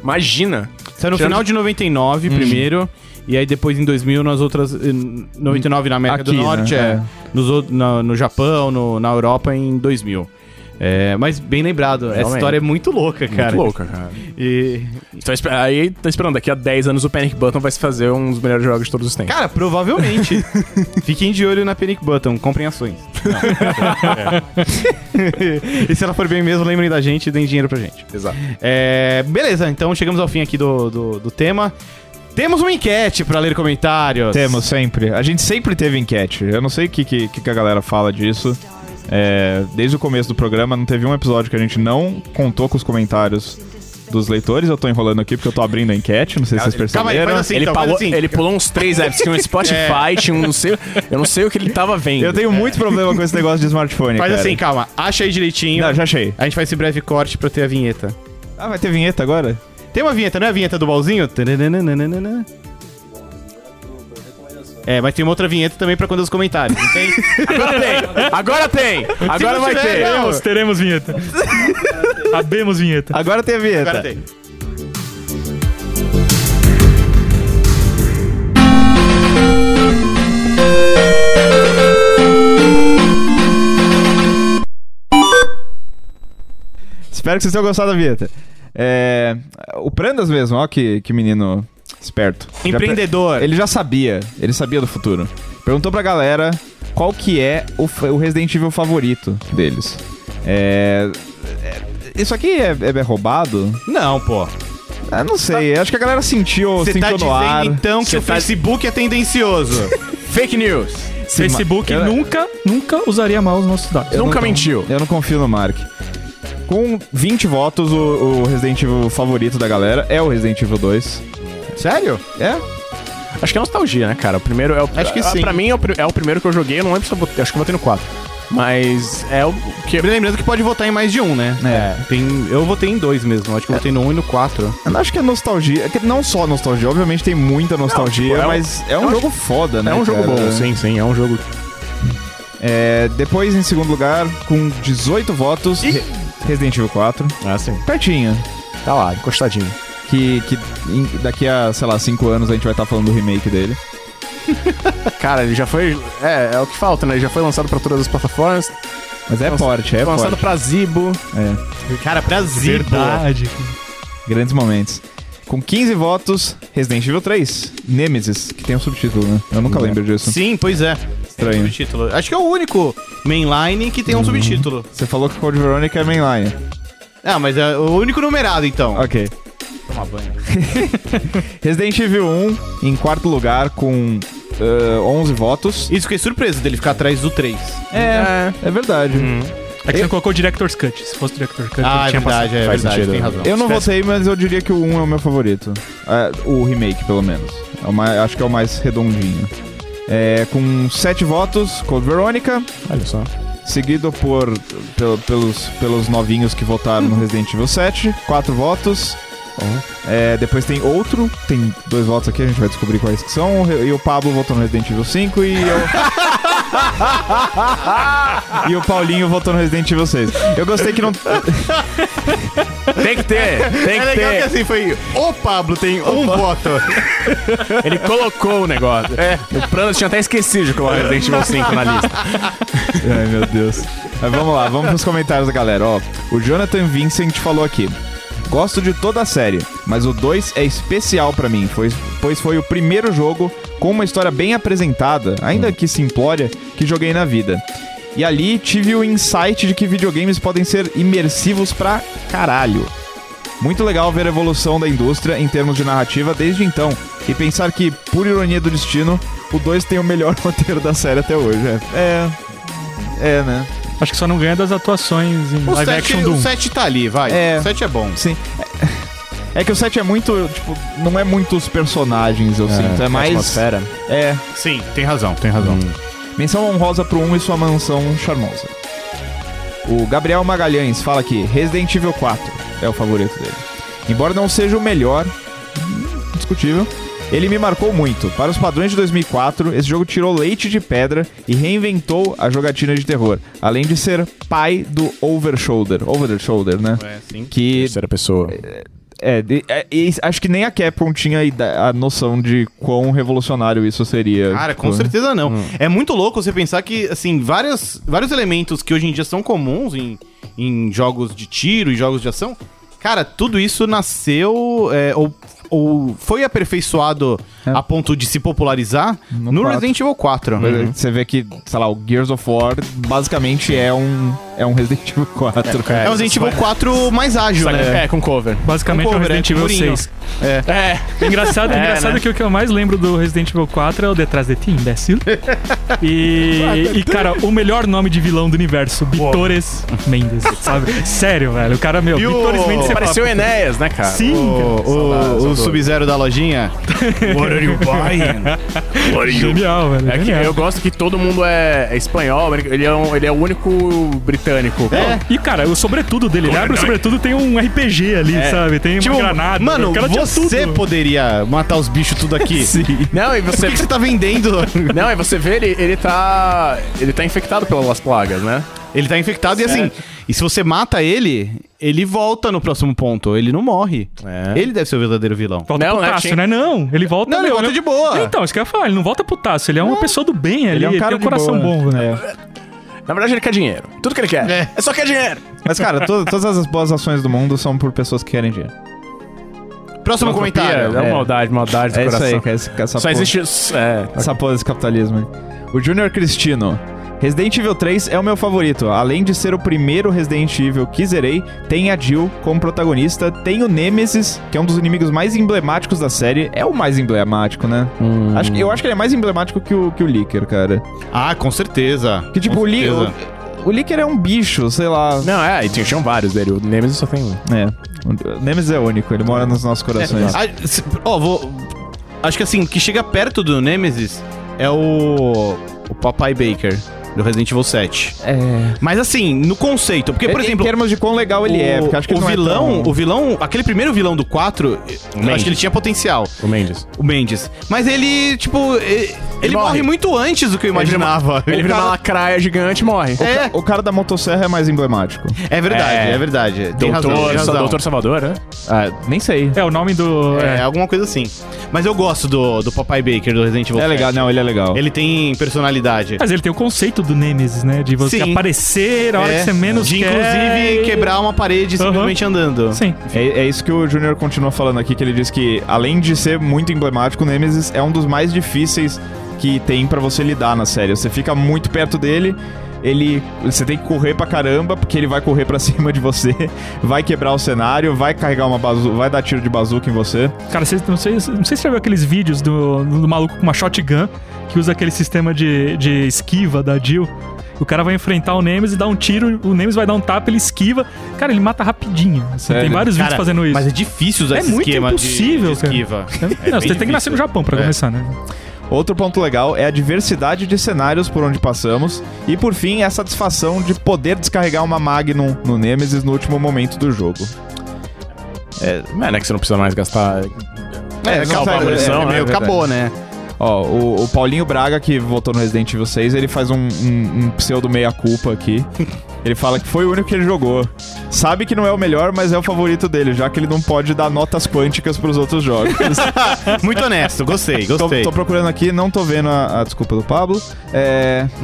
[SPEAKER 3] Imagina.
[SPEAKER 1] Saiu no
[SPEAKER 3] Tirando-
[SPEAKER 1] final de 99 primeiro. E aí depois em 2000 nas outras. em 99 na América do
[SPEAKER 2] Aqui,
[SPEAKER 1] Norte,
[SPEAKER 2] né?
[SPEAKER 1] é.
[SPEAKER 2] É.
[SPEAKER 1] Nos outros- na- no, Japão, no- na Europa em 2000. É, mas bem lembrado, essa
[SPEAKER 3] Realmente.
[SPEAKER 1] história é muito louca, cara.
[SPEAKER 3] Muito louca, cara.
[SPEAKER 1] E,
[SPEAKER 3] Tô esper- aí tô esperando, daqui a 10 anos o Panic Button vai se fazer um dos melhores jogos de todos os tempos.
[SPEAKER 1] cara, provavelmente. Fiquem de olho na Panic Button, comprem ações. e se ela for bem mesmo, lembrem da gente e deem dinheiro pra gente.
[SPEAKER 3] Exato.
[SPEAKER 1] É, beleza, então chegamos ao fim aqui do, do, do tema. Temos uma enquete pra ler comentários.
[SPEAKER 2] Temos sempre. A gente sempre teve enquete. Eu não sei o que, que, que a galera fala disso. É, desde o começo do programa, não teve um episódio que a gente não contou com os comentários dos leitores. Eu tô enrolando aqui porque eu tô abrindo a enquete, não sei se vocês
[SPEAKER 1] Calma aí,
[SPEAKER 2] perceberam.
[SPEAKER 1] faz assim,
[SPEAKER 3] ele,
[SPEAKER 1] então, faz
[SPEAKER 3] pulou,
[SPEAKER 1] assim. É.
[SPEAKER 3] ele pulou uns três apps, tinha um Spotify, tinha um não sei. Eu não sei o que ele tava vendo.
[SPEAKER 2] Eu tenho muito problema com esse negócio de smartphone.
[SPEAKER 1] Faz
[SPEAKER 2] cara.
[SPEAKER 1] assim, calma. Acha aí direitinho.
[SPEAKER 2] Não, já achei.
[SPEAKER 1] A gente faz esse breve corte pra ter a vinheta.
[SPEAKER 2] Ah, vai ter vinheta agora?
[SPEAKER 1] Tem uma vinheta, não é a vinheta do balzinho? Tananana. É, mas tem uma outra vinheta também pra quando os comentários. não tem?
[SPEAKER 3] Agora tem! Agora tem! Agora
[SPEAKER 1] não
[SPEAKER 3] vai
[SPEAKER 1] tiver,
[SPEAKER 3] ter!
[SPEAKER 1] não.
[SPEAKER 4] Teremos, teremos vinheta. Abemos vinheta.
[SPEAKER 2] Agora tem a vinheta.
[SPEAKER 1] Agora tem.
[SPEAKER 2] Espero que vocês tenham gostado da vinheta. É, o Prandas mesmo, ó que, que menino esperto. Já
[SPEAKER 1] Empreendedor.
[SPEAKER 2] pre- Ele já sabia, ele sabia do futuro. Perguntou pra galera qual que é o, fa- o Resident Evil favorito deles. É, é, isso aqui é, é roubado?
[SPEAKER 1] Não, pô.
[SPEAKER 2] Ah, não sei,
[SPEAKER 3] tá-
[SPEAKER 2] acho que a galera sentiu,
[SPEAKER 1] Você
[SPEAKER 2] sentiu
[SPEAKER 1] tá
[SPEAKER 2] no ar.
[SPEAKER 1] dizendo então que
[SPEAKER 3] Você
[SPEAKER 1] o
[SPEAKER 3] tá-
[SPEAKER 1] Facebook é tendencioso.
[SPEAKER 3] Fake news!
[SPEAKER 4] Facebook
[SPEAKER 2] eu-
[SPEAKER 4] nunca, nunca usaria mal os nossos dados.
[SPEAKER 2] Eu
[SPEAKER 3] Nunca
[SPEAKER 2] não-
[SPEAKER 3] mentiu.
[SPEAKER 2] Eu não confio no Mark. Com 20 votos, o, o Resident Evil favorito da galera é o Resident Evil 2.
[SPEAKER 1] Sério?
[SPEAKER 2] É?
[SPEAKER 3] Acho que é nostalgia, né, cara? O primeiro é o.
[SPEAKER 1] Acho que
[SPEAKER 3] ah,
[SPEAKER 1] sim.
[SPEAKER 3] Pra mim é o, pri- é o primeiro que eu joguei, eu não lembro se eu botei. Acho que eu botei no 4. Mas é o que.
[SPEAKER 1] Lembrando que pode votar em mais de um, né?
[SPEAKER 2] É.
[SPEAKER 1] Tem, eu votei em dois mesmo. Acho que eu votei no um e no quatro.
[SPEAKER 2] Eu não acho que é nostalgia. que Não só nostalgia, obviamente tem muita nostalgia,
[SPEAKER 3] tipo, é um-
[SPEAKER 2] mas é um
[SPEAKER 3] eu
[SPEAKER 2] jogo foda, né?
[SPEAKER 3] É um jogo
[SPEAKER 2] cara?
[SPEAKER 3] bom, sim, sim, é um jogo.
[SPEAKER 2] É, depois, em segundo lugar, com 18 votos, Re- Resident Evil 4.
[SPEAKER 3] Ah, sim.
[SPEAKER 2] Pertinho.
[SPEAKER 3] Tá lá, encostadinho.
[SPEAKER 2] Que, que em- daqui a, sei lá, 5 anos a gente vai estar falando do remake dele.
[SPEAKER 3] Cara, ele já foi. É, é o que falta, né? Ele já foi lançado pra todas as plataformas.
[SPEAKER 2] Mas é
[SPEAKER 3] Lança-
[SPEAKER 2] forte, é
[SPEAKER 3] foi lançado
[SPEAKER 2] forte.
[SPEAKER 3] pra Zibo.
[SPEAKER 2] É.
[SPEAKER 1] Cara, Brasil.
[SPEAKER 4] Verdade.
[SPEAKER 2] Grandes momentos. Com 15 votos, Resident Evil 3. Nemesis, que tem um subtítulo, né? Eu nunca lembro disso.
[SPEAKER 1] Sim, pois é.
[SPEAKER 2] Estranho.
[SPEAKER 1] Subtítulo. Acho que é o único mainline que tem um subtítulo.
[SPEAKER 2] Você falou que Code Veronica é mainline.
[SPEAKER 1] Ah, mas é o único numerado, então.
[SPEAKER 2] Ok.
[SPEAKER 1] Toma banho.
[SPEAKER 2] Resident Evil 1, em quarto lugar, com eh, 11 votos.
[SPEAKER 1] Isso fiquei surpreso dele ficar atrás do 3.
[SPEAKER 2] É, é verdade.
[SPEAKER 1] Hum.
[SPEAKER 3] Hum.
[SPEAKER 4] É que você não colocou Director's Cut. Se fosse Director's Cut,
[SPEAKER 1] Ah,
[SPEAKER 4] eu
[SPEAKER 1] é
[SPEAKER 4] tinha passado.
[SPEAKER 1] verdade, é
[SPEAKER 3] Faz
[SPEAKER 1] verdade,
[SPEAKER 3] sentido.
[SPEAKER 1] tem razão.
[SPEAKER 2] Eu não votei, mas eu diria que o 1 é o meu favorito. Ah, o remake, pelo menos. É o mais- acho que é o mais redondinho. É, com 7 votos, Code Veronica,
[SPEAKER 3] Olha só.
[SPEAKER 2] seguido por pel- pelos, pelos novinhos que votaram
[SPEAKER 3] Uhum.
[SPEAKER 2] no Resident Evil 7, 4 votos. É, depois tem outro, tem dois votos aqui, a gente vai descobrir quais que são. o Re- E o Pablo votou no Resident Evil 5 e eu. e o Paulinho votou no Resident Evil 6. Eu gostei que não.
[SPEAKER 3] Tem que ter! Tem
[SPEAKER 1] É
[SPEAKER 3] que
[SPEAKER 1] legal que
[SPEAKER 3] ter!
[SPEAKER 1] assim foi. O Pablo tem um voto.
[SPEAKER 3] Ele colocou o negócio. É. O Prano tinha até esquecido de colocar Resident Evil 5 na lista.
[SPEAKER 2] Ai, meu Deus. Mas vamos lá, vamos pros comentários da galera. Ó, o Jonathan Vincent falou aqui. Gosto de toda a série, mas o 2 é especial pra mim, pois, pois foi o primeiro jogo com uma história bem apresentada, ainda que simplória, que joguei na vida. E ali tive o insight de que videogames podem ser imersivos pra caralho. Muito legal ver a evolução da indústria em termos de narrativa desde então, e pensar que, por ironia do destino, o 2 tem o melhor roteiro da série até hoje. É, é, é né?
[SPEAKER 4] Acho que só não ganha das atuações em
[SPEAKER 1] O
[SPEAKER 4] live action do 1.
[SPEAKER 1] 7 tá ali, vai.
[SPEAKER 2] É.
[SPEAKER 1] O 7 é bom.
[SPEAKER 2] Sim. É que o 7 é muito, tipo, não é muito os personagens, eu sinto. É mais.
[SPEAKER 3] Atmosfera.
[SPEAKER 2] É.
[SPEAKER 1] Sim, tem razão, tem razão.
[SPEAKER 3] Hum,
[SPEAKER 2] Menção honrosa pro 1 e sua mansão charmosa. O Gabriel Magalhães fala aqui: Resident Evil 4 é o favorito dele. Embora não seja o melhor, hum, discutível, Ele me marcou muito. Para os padrões de 2004, esse jogo tirou leite de pedra e reinventou a jogatina de terror, além de ser pai do Over Shoulder, Over the Shoulder, né?
[SPEAKER 1] É, sim.
[SPEAKER 2] Que
[SPEAKER 3] Terceira pessoa.
[SPEAKER 2] é, de- é, e acho que nem a Capcom tinha a ida- a noção de quão revolucionário isso seria.
[SPEAKER 1] Cara, com
[SPEAKER 2] Tipo,
[SPEAKER 1] certeza não. É muito louco você pensar que, assim, várias, vários elementos que hoje em dia são comuns em, em jogos de tiro e jogos de ação, cara, tudo isso nasceu é, ou, ou foi aperfeiçoado a ponto de se popularizar no,
[SPEAKER 2] quatro. Uhum.
[SPEAKER 1] Resident Evil 4.
[SPEAKER 2] Mas Você vê que, sei lá, o Gears of War basicamente é um, é um Resident Evil 4.
[SPEAKER 1] É,
[SPEAKER 2] cara.
[SPEAKER 1] o Resident Evil 4 mais ágil, né?
[SPEAKER 3] É, com cover.
[SPEAKER 4] Basicamente
[SPEAKER 1] Um
[SPEAKER 4] é o
[SPEAKER 1] cover,
[SPEAKER 4] Resident
[SPEAKER 1] é,
[SPEAKER 4] Evil
[SPEAKER 1] murinho.
[SPEAKER 4] 6.
[SPEAKER 3] É.
[SPEAKER 4] Engraçado,
[SPEAKER 3] É,
[SPEAKER 4] engraçado
[SPEAKER 3] né?
[SPEAKER 4] que o que eu mais lembro do Resident Evil 4 é o Detrás de Ti, imbécil. E, e, cara, o melhor nome de vilão do universo, Vitores Mendes, sabe? Sério, velho. O cara, meu,
[SPEAKER 1] E o-
[SPEAKER 4] Vitores Mendes, você fala,
[SPEAKER 3] Pareceu o Enéas, né, cara?
[SPEAKER 4] Sim,
[SPEAKER 1] O, o- o Sub-Zero da lojinha.
[SPEAKER 3] What are you buying? What are you
[SPEAKER 4] genial, velho.
[SPEAKER 3] É que
[SPEAKER 4] genial.
[SPEAKER 3] eu gosto que todo mundo é, é espanhol, americ- ele é, um- ele é o único britânico.
[SPEAKER 1] É.
[SPEAKER 4] E, cara, o sobretudo dele, ele abre o sobretudo, tem um RPG ali, sabe? Tem uma granada.
[SPEAKER 1] É. Tipo, mano,
[SPEAKER 4] o cara tinha
[SPEAKER 1] você
[SPEAKER 4] tudo.
[SPEAKER 1] poderia matar os bichos tudo aqui.
[SPEAKER 3] Não, e
[SPEAKER 1] Por
[SPEAKER 3] você,
[SPEAKER 1] que, que você tá vendendo?
[SPEAKER 3] não, e você vê ele, ele tá. Ele tá infectado pelas plagas, né?
[SPEAKER 1] ele tá infectado e assim. E se você mata ele, ele volta no próximo ponto. Ele não morre.
[SPEAKER 3] É.
[SPEAKER 1] Ele deve ser o verdadeiro vilão.
[SPEAKER 4] Volta
[SPEAKER 3] Não,
[SPEAKER 4] não,
[SPEAKER 3] né,
[SPEAKER 4] putaço,
[SPEAKER 3] tinha-
[SPEAKER 4] né? Não, ele volta...
[SPEAKER 1] Não, ele volta de boa.
[SPEAKER 4] Então, isso que eu ia falar, ele não volta putaço, ele é uma pessoa do bem ali,
[SPEAKER 2] Ele é um cara
[SPEAKER 4] tem um coração
[SPEAKER 2] de boa,
[SPEAKER 4] bom, velho.
[SPEAKER 3] Na verdade, ele quer dinheiro. Tudo que ele quer.
[SPEAKER 1] É.
[SPEAKER 3] É, só quer dinheiro.
[SPEAKER 2] Mas, cara, to- todas as boas ações do mundo são por pessoas que querem dinheiro.
[SPEAKER 1] Próximo comentário.
[SPEAKER 3] É,
[SPEAKER 2] É.
[SPEAKER 3] maldade, maldade do
[SPEAKER 2] É isso
[SPEAKER 3] coração.
[SPEAKER 2] aí, cara, esse- essa
[SPEAKER 3] Só
[SPEAKER 2] porra.
[SPEAKER 3] existe. isso- É.
[SPEAKER 2] Essa porra desse capitalismo aí. O Junior Cristino. Resident Evil 3 é o meu favorito. Além de ser o primeiro Resident Evil que zerei, tem a Jill como protagonista, tem o Nemesis, que é um dos inimigos mais emblemáticos da série. É o mais emblemático, né?
[SPEAKER 1] Hum.
[SPEAKER 2] Acho que- eu acho que ele é mais emblemático que o, que o Licker, cara.
[SPEAKER 1] Ah, com certeza.
[SPEAKER 2] Que tipo,
[SPEAKER 1] Com
[SPEAKER 2] o, Li,
[SPEAKER 1] certeza.
[SPEAKER 2] o, o Licker é um bicho, sei lá.
[SPEAKER 3] Não, é, e tinha- tinham vários dele. O Nemesis só tem um.
[SPEAKER 2] É. O Nemesis é único, ele mora nos nossos corações.
[SPEAKER 1] Ah, se- Ó, vou. Acho que assim, o que chega perto do Nemesis é o. O Papai Baker, do Resident Evil 7.
[SPEAKER 2] É.
[SPEAKER 1] Mas assim, no conceito. Porque, por
[SPEAKER 2] Em-
[SPEAKER 1] exemplo.
[SPEAKER 2] em termos de quão legal ele
[SPEAKER 1] o,
[SPEAKER 2] é, porque acho que
[SPEAKER 1] o
[SPEAKER 2] ele não é
[SPEAKER 1] vilão,
[SPEAKER 2] tão-
[SPEAKER 1] o vilão, aquele primeiro vilão do 4, eu acho
[SPEAKER 3] Mendes.
[SPEAKER 1] que ele tinha potencial,
[SPEAKER 3] O Mendes.
[SPEAKER 1] o Mendes. Mas ele, tipo, ele, ele morre.
[SPEAKER 3] morre.
[SPEAKER 1] muito antes do que eu imaginava.
[SPEAKER 3] Ele tá-
[SPEAKER 1] O
[SPEAKER 3] vira uma
[SPEAKER 1] cara-
[SPEAKER 3] lacraia gigante e morre.
[SPEAKER 1] É,
[SPEAKER 2] O cara da motosserra é mais emblemático.
[SPEAKER 1] é verdade, é,
[SPEAKER 3] É.
[SPEAKER 1] verdade. Tem razão, tem
[SPEAKER 3] Doutor,
[SPEAKER 1] razão.
[SPEAKER 3] Doutor Salvador, né?
[SPEAKER 2] Ah, nem sei.
[SPEAKER 4] É, o nome do...
[SPEAKER 1] É,
[SPEAKER 4] é.
[SPEAKER 1] alguma coisa assim. Mas eu gosto do, do Papai Baker, do Resident Evil
[SPEAKER 2] É legal,
[SPEAKER 1] 7.
[SPEAKER 2] não, ele é legal.
[SPEAKER 1] Ele tem personalidade.
[SPEAKER 4] Mas ele É, tem o conceito do Nemesis, né? De você
[SPEAKER 1] Sim.
[SPEAKER 4] aparecer a hora
[SPEAKER 1] É,
[SPEAKER 4] que você menos
[SPEAKER 1] De,
[SPEAKER 4] quer.
[SPEAKER 1] inclusive,
[SPEAKER 4] e-
[SPEAKER 1] quebrar uma parede
[SPEAKER 4] Aham.
[SPEAKER 1] simplesmente andando.
[SPEAKER 4] Sim.
[SPEAKER 2] É, é isso que o Junior continua falando aqui, que ele diz que, além de ser muito emblemático, o Nemesis é um dos mais difíceis que tem pra você lidar na série. Você fica muito perto dele, ele. Você tem que correr pra caramba, porque ele vai correr pra cima de você, vai quebrar o cenário, vai carregar uma bazuca, vai dar tiro de bazuca em você.
[SPEAKER 4] Cara, vocês, não, sei, não sei se você já viu aqueles vídeos do, do maluco com uma shotgun que usa aquele sistema de, de esquiva da Jill. O cara vai enfrentar o Nemesis e dá um tiro, o Nemesis vai dar um tapa, ele esquiva. Cara, ele mata rapidinho. Assim, tem
[SPEAKER 2] Sério?
[SPEAKER 4] vários
[SPEAKER 1] Cara,
[SPEAKER 4] vídeos fazendo isso.
[SPEAKER 1] Mas é difícil usar
[SPEAKER 4] É
[SPEAKER 1] esse
[SPEAKER 4] muito
[SPEAKER 1] esquema de-
[SPEAKER 4] impossível,
[SPEAKER 1] de,
[SPEAKER 4] cara.
[SPEAKER 1] esquiva. É
[SPEAKER 4] não,
[SPEAKER 1] bem
[SPEAKER 4] você tem que nascer
[SPEAKER 1] difícil.
[SPEAKER 4] no Japão pra
[SPEAKER 1] É.
[SPEAKER 4] começar, né?
[SPEAKER 2] Outro ponto legal é a diversidade de cenários por onde passamos e, por fim, a satisfação de poder descarregar uma Magnum no Nemesis no último momento do jogo.
[SPEAKER 3] É, né? Que você não precisa mais gastar.
[SPEAKER 1] É,
[SPEAKER 2] não,
[SPEAKER 1] acabou,
[SPEAKER 2] é,
[SPEAKER 1] é,
[SPEAKER 2] é,
[SPEAKER 1] meio
[SPEAKER 2] é verdade.
[SPEAKER 1] acabou, né?
[SPEAKER 2] Ó, o, o Paulinho Braga, que votou no Resident Evil 6, ele faz um, um- um pseudo meia-culpa aqui. Ele fala que foi o único que ele jogou. Sabe que não é o melhor, mas é o favorito dele, já que ele não pode dar notas quânticas pros outros jogos.
[SPEAKER 1] Muito honesto, gostei,
[SPEAKER 2] tô,
[SPEAKER 1] gostei.
[SPEAKER 2] tô procurando aqui, não tô vendo a, a desculpa do Pablo. É.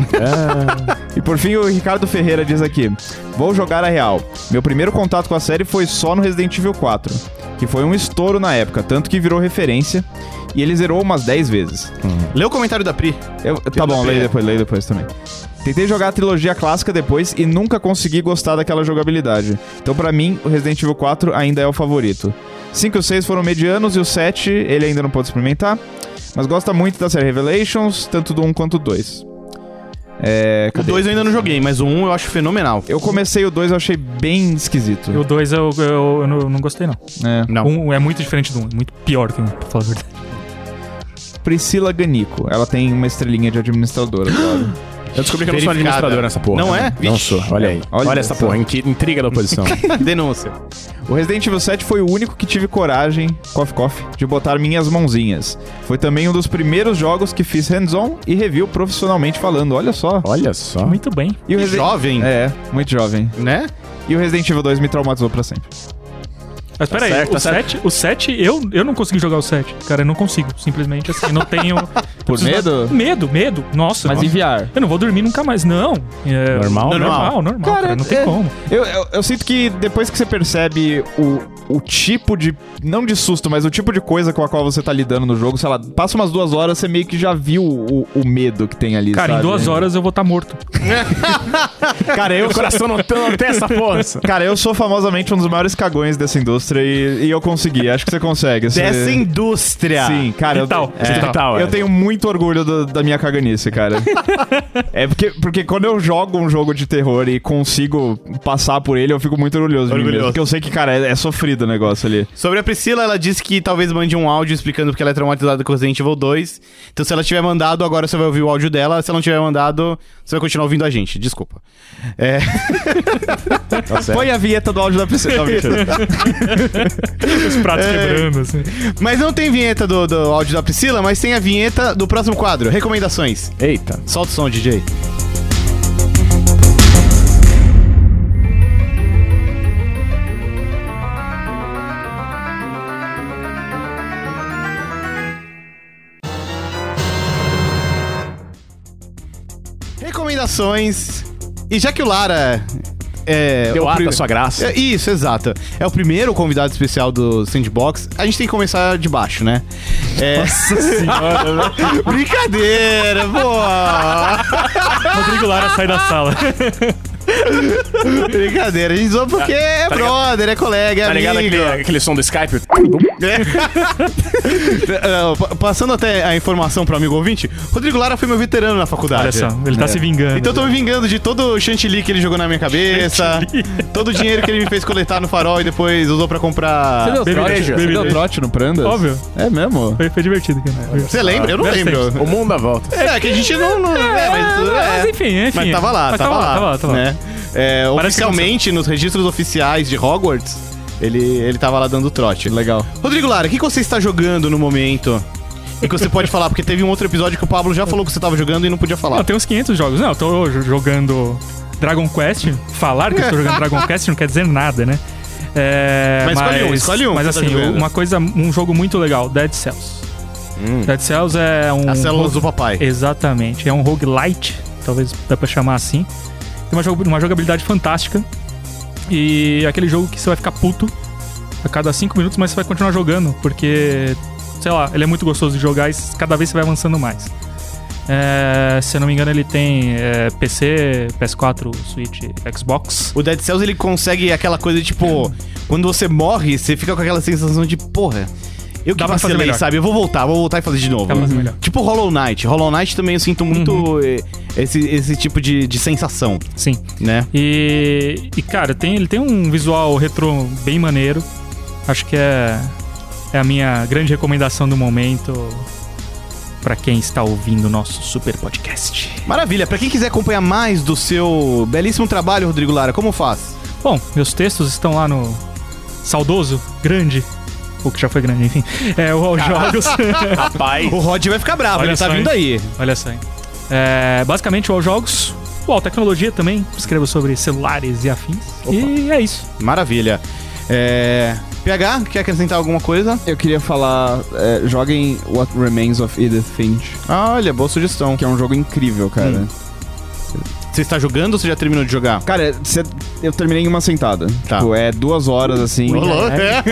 [SPEAKER 2] E por fim, o Ricardo Ferreira diz aqui: Vou jogar a real. Meu primeiro contato com a série foi só no Resident Evil 4, que foi um estouro na época, tanto que virou referência. E ele zerou umas 10 vezes.
[SPEAKER 1] Lê o comentário da Pri.
[SPEAKER 2] Eu- tá bom,
[SPEAKER 1] também.
[SPEAKER 2] leio depois, leio depois também. Tentei jogar a trilogia clássica depois e nunca consegui gostar daquela jogabilidade. Então, pra mim, o Resident Evil 4 ainda é o favorito. 5 e o 6 foram medianos e o 7 ele ainda não pôde experimentar. Mas gosta muito da série Revelations, tanto do 1 quanto do 2. É.
[SPEAKER 1] O
[SPEAKER 2] cadê?
[SPEAKER 1] 2 eu ainda não joguei, mas o 1 um eu acho fenomenal.
[SPEAKER 2] Eu comecei o 2, eu achei bem esquisito.
[SPEAKER 4] E o 2 eu, eu, eu não, eu não gostei, não.
[SPEAKER 2] É.
[SPEAKER 1] Não.
[SPEAKER 4] Um é muito diferente do 1, um, é muito pior que o 1, pra falar a verdade.
[SPEAKER 2] Priscila Ganico, ela tem uma estrelinha de administradora. do lado.
[SPEAKER 3] Eu descobri que eu não sou
[SPEAKER 1] Verificada.
[SPEAKER 3] administrador nessa porra.
[SPEAKER 1] Não é?
[SPEAKER 3] Não
[SPEAKER 1] Vixe.
[SPEAKER 3] sou. Olha aí.
[SPEAKER 2] Olha
[SPEAKER 3] Olha, essa
[SPEAKER 2] só.
[SPEAKER 3] porra. intri- Intriga da oposição.
[SPEAKER 1] Denúncia.
[SPEAKER 2] O Resident Evil 7 foi o único que tive coragem, coffee coffee, de botar minhas mãozinhas. Foi também um dos primeiros jogos que fiz hands-on e review profissionalmente falando, olha só.
[SPEAKER 3] Olha
[SPEAKER 1] Ah.
[SPEAKER 3] só.
[SPEAKER 4] Muito bem.
[SPEAKER 2] E o Resi-
[SPEAKER 1] Jovem,
[SPEAKER 2] É, muito jovem.
[SPEAKER 1] né?
[SPEAKER 2] E o Resident Evil 2 me traumatizou pra sempre.
[SPEAKER 4] Mas peraí,
[SPEAKER 3] certo, tá
[SPEAKER 4] o,
[SPEAKER 3] certo.
[SPEAKER 4] 7, o 7, eu, eu não consegui jogar o 7. Cara, eu não consigo. Simplesmente assim, não tenho.
[SPEAKER 2] Por medo?
[SPEAKER 4] medo, medo. Nossa,
[SPEAKER 2] Mas
[SPEAKER 4] nossa.
[SPEAKER 2] enviar.
[SPEAKER 4] Eu não vou dormir nunca mais, não. É-
[SPEAKER 3] Normal?
[SPEAKER 4] Normal, normal, cara, não tem
[SPEAKER 2] é-
[SPEAKER 4] como.
[SPEAKER 2] Eu, eu, eu sinto que depois que você percebe o, o tipo de. Não de susto, mas o tipo de coisa com a qual você tá lidando no jogo, sei lá, passa umas duas horas, você meio que já viu o, o medo que tem ali.
[SPEAKER 4] Cara, em
[SPEAKER 2] sabe?
[SPEAKER 4] duas horas eu vou estar morto.
[SPEAKER 2] Cara, eu.
[SPEAKER 3] Meu coração não, não tem essa força.
[SPEAKER 2] Cara, eu sou famosamente um dos maiores cagões dessa indústria e, e eu consegui. Acho que você consegue. Você...
[SPEAKER 1] Dessa indústria.
[SPEAKER 2] É. Sim, cara. eu-
[SPEAKER 4] Vital.
[SPEAKER 2] É.
[SPEAKER 3] Vital, é.
[SPEAKER 2] Eu tenho muito orgulho do- da minha caganice, cara. é porque, porque quando eu jogo um jogo de terror e consigo passar por ele, eu fico muito orgulhoso, de mim
[SPEAKER 1] Orgulhoso.
[SPEAKER 2] mesmo. Porque eu sei que, cara, é, é sofrido o negócio ali.
[SPEAKER 1] Sobre a Priscila, ela disse que talvez mande um áudio explicando porque ela é traumatizada com Resident Evil 2. Então, se ela tiver mandado, agora você vai ouvir o áudio dela. Se ela não tiver mandado, você vai continuar ouvindo a gente. Desculpa. É,
[SPEAKER 2] Põe a vinheta do áudio da Priscila. Não, mentira.
[SPEAKER 4] Os pratos
[SPEAKER 1] É.
[SPEAKER 4] quebrando, assim.
[SPEAKER 1] mas não tem vinheta do, do áudio da Priscila, mas tem a vinheta do próximo quadro. Recomendações.
[SPEAKER 3] Eita.
[SPEAKER 1] Solta o som, DJ. Recomendações. E já que o Lara é.
[SPEAKER 3] Deu né?
[SPEAKER 1] o
[SPEAKER 3] ar
[SPEAKER 1] pri-
[SPEAKER 3] da sua graça.
[SPEAKER 1] é, isso, exato. É o primeiro convidado especial do Sandbox. A gente tem que começar de baixo, né? É... Nossa senhora, Brincadeira, boa!
[SPEAKER 4] Rodrigo Lara sai da sala.
[SPEAKER 1] Brincadeira, a gente zoa porque é
[SPEAKER 3] tá ligado?
[SPEAKER 1] brother, é colega, é
[SPEAKER 3] Tá ligado
[SPEAKER 1] amigo.
[SPEAKER 3] aquele, aquele som do Skype?
[SPEAKER 1] É. Não, pa- Passando até a informação pro amigo ouvinte, Rodrigo Lara foi meu veterano na faculdade.
[SPEAKER 4] Olha só, ele tá se vingando.
[SPEAKER 1] Ah, Então eu tô me vingando de todo o chantilly que ele jogou na minha cabeça, todo o dinheiro que ele me fez coletar no farol e depois usou pra comprar.
[SPEAKER 2] Você deu
[SPEAKER 4] Bebida,
[SPEAKER 2] trote? Você
[SPEAKER 4] bebida.
[SPEAKER 2] deu trote no Prandas?
[SPEAKER 4] Óbvio.
[SPEAKER 2] É mesmo?
[SPEAKER 4] Foi, foi divertido, cara.
[SPEAKER 1] Você lembra? Eu não
[SPEAKER 4] Best
[SPEAKER 1] lembro.
[SPEAKER 3] O mundo dá volta.
[SPEAKER 1] É, que a gente não. não- é, mas,
[SPEAKER 4] mas,
[SPEAKER 1] é.
[SPEAKER 4] enfim, enfim.
[SPEAKER 1] Mas tava lá,
[SPEAKER 4] Mas
[SPEAKER 1] tava, lá,
[SPEAKER 4] tava lá, tava lá.
[SPEAKER 1] né? É,
[SPEAKER 4] Parece que
[SPEAKER 1] oficialmente, nos registros oficiais de Hogwarts, ele, ele tava lá dando trote.
[SPEAKER 2] Legal.
[SPEAKER 1] Rodrigo Lara, o que, que você está jogando no momento? E que você pode falar, porque teve um outro episódio que o Pablo já falou que você tava jogando e não podia
[SPEAKER 4] Não,
[SPEAKER 1] falar.
[SPEAKER 4] tem uns 500 jogos. Não, eu tô jo- jogando Dragon Quest. Falar que eu tô jogando Dragon Quest não quer dizer nada, né? É,
[SPEAKER 1] Mas escolhe um, escolhe um
[SPEAKER 4] Mas
[SPEAKER 1] que você tá
[SPEAKER 4] assim,
[SPEAKER 1] jogando.
[SPEAKER 4] uma coisa, um jogo muito legal, Dead Cells. Dead Cells é um...
[SPEAKER 1] As células
[SPEAKER 4] rogue-
[SPEAKER 1] Hum. do papai.
[SPEAKER 4] Exatamente. É um roguelite, talvez dá pra chamar assim. Tem uma, jogo- uma jogabilidade fantástica. E é aquele jogo que você vai ficar puto a cada 5 minutos, mas você vai continuar jogando, porque, sei lá, ele é muito gostoso de jogar e cada vez você vai avançando mais. É, se eu não me engano, ele tem é, PC, PS4, Switch, Xbox.
[SPEAKER 1] O Dead Cells, ele consegue aquela coisa, de, tipo... Quando você morre, você fica com aquela sensação de, porra... Eu que
[SPEAKER 4] Dá pra fazer
[SPEAKER 1] vacilei,
[SPEAKER 4] melhor.
[SPEAKER 1] sabe? Eu vou voltar, vou voltar e fazer de novo.
[SPEAKER 4] Dá pra fazer melhor. Uhum.
[SPEAKER 1] Tipo Hollow Knight. Hollow Knight também eu sinto muito eh, esse, esse tipo de, de sensação,
[SPEAKER 4] Sim.
[SPEAKER 1] né?
[SPEAKER 4] E, e, cara, tem, ele tem um visual retrô bem maneiro. Acho que é, é a minha grande recomendação do momento pra quem está ouvindo o nosso super podcast.
[SPEAKER 1] Maravilha. Pra quem quiser acompanhar mais do seu belíssimo trabalho, Rodrigo Lara, como faz?
[SPEAKER 4] Bom, meus textos estão lá no saudoso, grande, ou que já foi grande, enfim, é o All Jogos.
[SPEAKER 3] Rapaz.
[SPEAKER 1] O Rod vai ficar bravo,
[SPEAKER 4] Olha
[SPEAKER 1] ele tá
[SPEAKER 4] só,
[SPEAKER 1] vindo aí.
[SPEAKER 4] Olha só, hein? É, basicamente o All Jogos, o All Tecnologia também, escrevo sobre celulares e afins. E é isso.
[SPEAKER 1] Maravilha. É... PH, quer acrescentar alguma coisa?
[SPEAKER 2] Eu queria falar, é, joguem What Remains of Edith Finch,
[SPEAKER 1] Olha, boa sugestão.
[SPEAKER 2] que é um jogo incrível, cara.
[SPEAKER 1] Você está jogando ou você já terminou de jogar?
[SPEAKER 2] Cara, cê- eu terminei em uma sentada.
[SPEAKER 1] Tá.
[SPEAKER 2] Tipo, é duas horas assim.
[SPEAKER 1] É.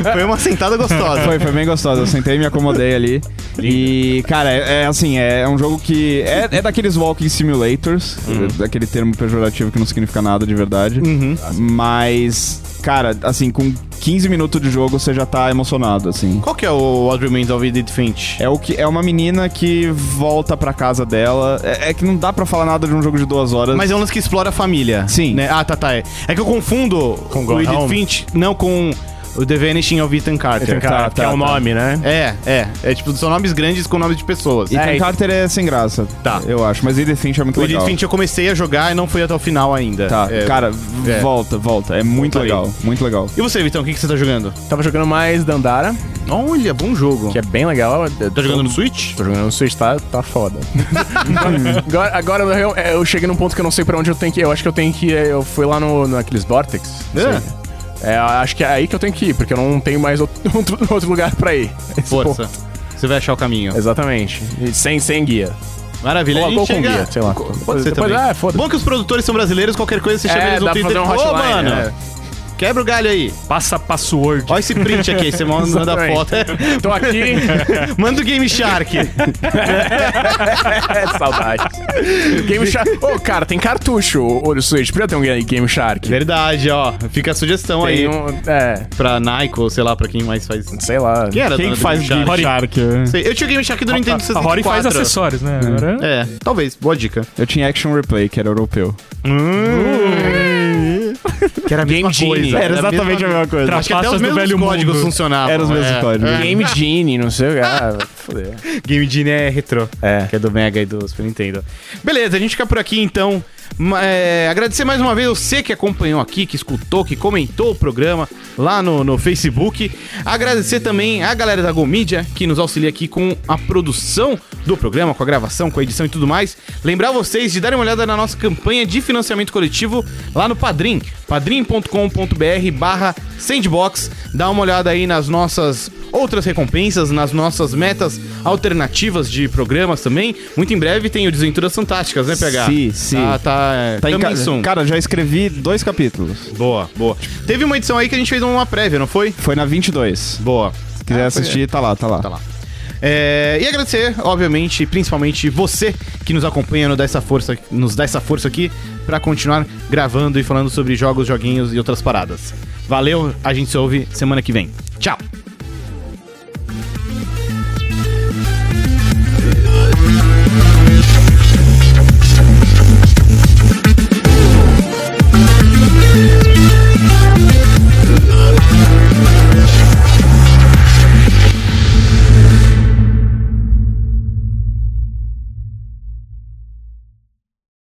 [SPEAKER 1] Foi uma sentada gostosa.
[SPEAKER 2] Foi, foi bem gostoso. Eu sentei e me acomodei ali. E, cara, é, é assim, é um jogo que. É, é daqueles walking simulators, é daquele termo pejorativo que não significa nada de verdade.
[SPEAKER 1] Uhum.
[SPEAKER 2] Mas, cara, assim, com 15 minutos de jogo você já tá emocionado, assim.
[SPEAKER 1] Qual que é o What Remains of Edith Finch?
[SPEAKER 2] É, o que, é uma menina que volta pra casa dela. É, é que não dá pra falar nada de um jogo de duas horas.
[SPEAKER 1] Mas é um lance que explora a família.
[SPEAKER 2] Sim.
[SPEAKER 1] né? Ah, tá, tá. É, É que eu confundo
[SPEAKER 3] Com
[SPEAKER 1] o
[SPEAKER 3] Gone
[SPEAKER 1] Edith
[SPEAKER 3] Home?
[SPEAKER 1] Finch, não, com O The Vanishing of Ethan Carter.
[SPEAKER 3] Ethan Carter, que é o nome, né?
[SPEAKER 1] É, é. É tipo, são nomes grandes com nomes de pessoas.
[SPEAKER 2] Ethan
[SPEAKER 3] É, e-
[SPEAKER 2] Carter é sem graça.
[SPEAKER 1] Tá.
[SPEAKER 2] Eu acho. Mas Edith Finch é muito
[SPEAKER 1] O
[SPEAKER 2] legal.
[SPEAKER 1] Edith Finch eu comecei a jogar e não fui até o final ainda.
[SPEAKER 2] Tá.
[SPEAKER 1] É.
[SPEAKER 2] Cara, v-
[SPEAKER 1] é.
[SPEAKER 2] volta, volta. É muito
[SPEAKER 1] Volta aí.
[SPEAKER 2] legal. Muito legal.
[SPEAKER 1] E você, Vitão, o que, que você tá jogando?
[SPEAKER 3] Tava jogando mais Dandara,
[SPEAKER 1] Olha, bom jogo.
[SPEAKER 3] que é bem legal.
[SPEAKER 1] Tá jogando no Switch?
[SPEAKER 3] Tô jogando no Switch, tá, tá foda. agora agora eu, eu- é, eu cheguei num ponto que eu não sei pra onde eu tenho que ir. Eu acho que eu tenho que ir. Eu fui lá no, naqueles Vortex. não
[SPEAKER 1] É.
[SPEAKER 3] sei. É, eu acho que é aí que eu tenho que ir, porque eu não tenho mais outro, outro- outro lugar pra ir. Esse
[SPEAKER 1] Força.
[SPEAKER 3] ponto.
[SPEAKER 1] Você vai achar o caminho.
[SPEAKER 3] É. Exatamente. E sem, sem guia.
[SPEAKER 1] Maravilha,
[SPEAKER 3] Ou,
[SPEAKER 1] a
[SPEAKER 3] ou
[SPEAKER 1] gente
[SPEAKER 3] com
[SPEAKER 1] chega-
[SPEAKER 3] guia, sei lá.
[SPEAKER 1] Pode ser
[SPEAKER 3] Depois,
[SPEAKER 1] também.
[SPEAKER 3] ah, foda-se.
[SPEAKER 1] Bom que os produtores são brasileiros, qualquer coisa você chama
[SPEAKER 3] É,
[SPEAKER 1] eles no
[SPEAKER 3] dá pra
[SPEAKER 1] Twitter.
[SPEAKER 3] fazer um
[SPEAKER 1] Ô,
[SPEAKER 3] hotline,
[SPEAKER 1] mano,
[SPEAKER 3] é.
[SPEAKER 1] quebra o galho aí.
[SPEAKER 4] Passa password.
[SPEAKER 1] Olha esse print aqui, você manda manda
[SPEAKER 3] Exatamente.
[SPEAKER 1] foto.
[SPEAKER 3] Tô aqui.
[SPEAKER 1] manda o Game Shark.
[SPEAKER 3] É, saudade. Game Shark. Ô, cara, tem cartucho. O o Switch podia ter um Game Shark.
[SPEAKER 1] Verdade, ó. Fica a sugestão aí
[SPEAKER 3] Tem um. É,
[SPEAKER 1] pra Nike ou sei lá, pra quem mais faz.
[SPEAKER 3] sei lá.
[SPEAKER 1] Quem é era dona do Game Shark?
[SPEAKER 4] Shark?
[SPEAKER 1] Sei, Eu tinha o Game Shark do Nintendo
[SPEAKER 4] A, a
[SPEAKER 1] 64.
[SPEAKER 4] Rory faz acessórios, né? Agora...
[SPEAKER 1] É, talvez, boa dica.
[SPEAKER 2] Eu tinha Action Replay, que era europeu.
[SPEAKER 1] Que era a
[SPEAKER 3] mesma coisa.
[SPEAKER 1] Era exatamente a mesma
[SPEAKER 2] coisa.
[SPEAKER 1] Acho que até os
[SPEAKER 4] Trapaças do
[SPEAKER 1] mesmos
[SPEAKER 4] velho
[SPEAKER 1] códigos
[SPEAKER 4] mundo.
[SPEAKER 1] funcionavam.
[SPEAKER 2] Era os mesmos
[SPEAKER 1] é,
[SPEAKER 2] códigos.
[SPEAKER 1] é.
[SPEAKER 3] Game Genie, não sei o que. Ah, vai foder.
[SPEAKER 1] Game Genie é retrô.
[SPEAKER 3] É.
[SPEAKER 1] Que é do Mega e do Super Nintendo. Beleza, a gente fica por aqui então. Ma- é, agradecer mais uma vez você que acompanhou aqui, que escutou, que comentou o programa lá no, no Facebook. Agradecer também a galera da Gomídia que nos auxilia aqui com a produção do programa, com a gravação, com a edição e tudo mais. Lembrar vocês de darem uma olhada na nossa campanha de financiamento coletivo lá no Padrim, padrim.com.br barra sandbox. Dá uma olhada aí nas nossas outras recompensas, nas nossas metas alternativas de programas também. Muito em breve tem o Desventuras Fantásticas, né, PH?
[SPEAKER 2] Sim, sim.
[SPEAKER 1] Tá, tá,
[SPEAKER 2] Tá em
[SPEAKER 1] coming
[SPEAKER 2] ca...
[SPEAKER 1] soon.
[SPEAKER 2] Cara, já escrevi dois capítulos.
[SPEAKER 1] Boa, boa. Teve uma edição aí que a gente fez uma prévia, não foi?
[SPEAKER 2] Foi na 22.
[SPEAKER 1] Boa.
[SPEAKER 2] Se quiser assistir, tá lá, tá lá.
[SPEAKER 1] Ah, Tá lá. É, e agradecer, obviamente, principalmente você que nos acompanha, nos dá essa força, nos dá essa força aqui pra continuar gravando e falando sobre jogos, joguinhos e outras paradas. Valeu, a gente se ouve semana que vem. Tchau!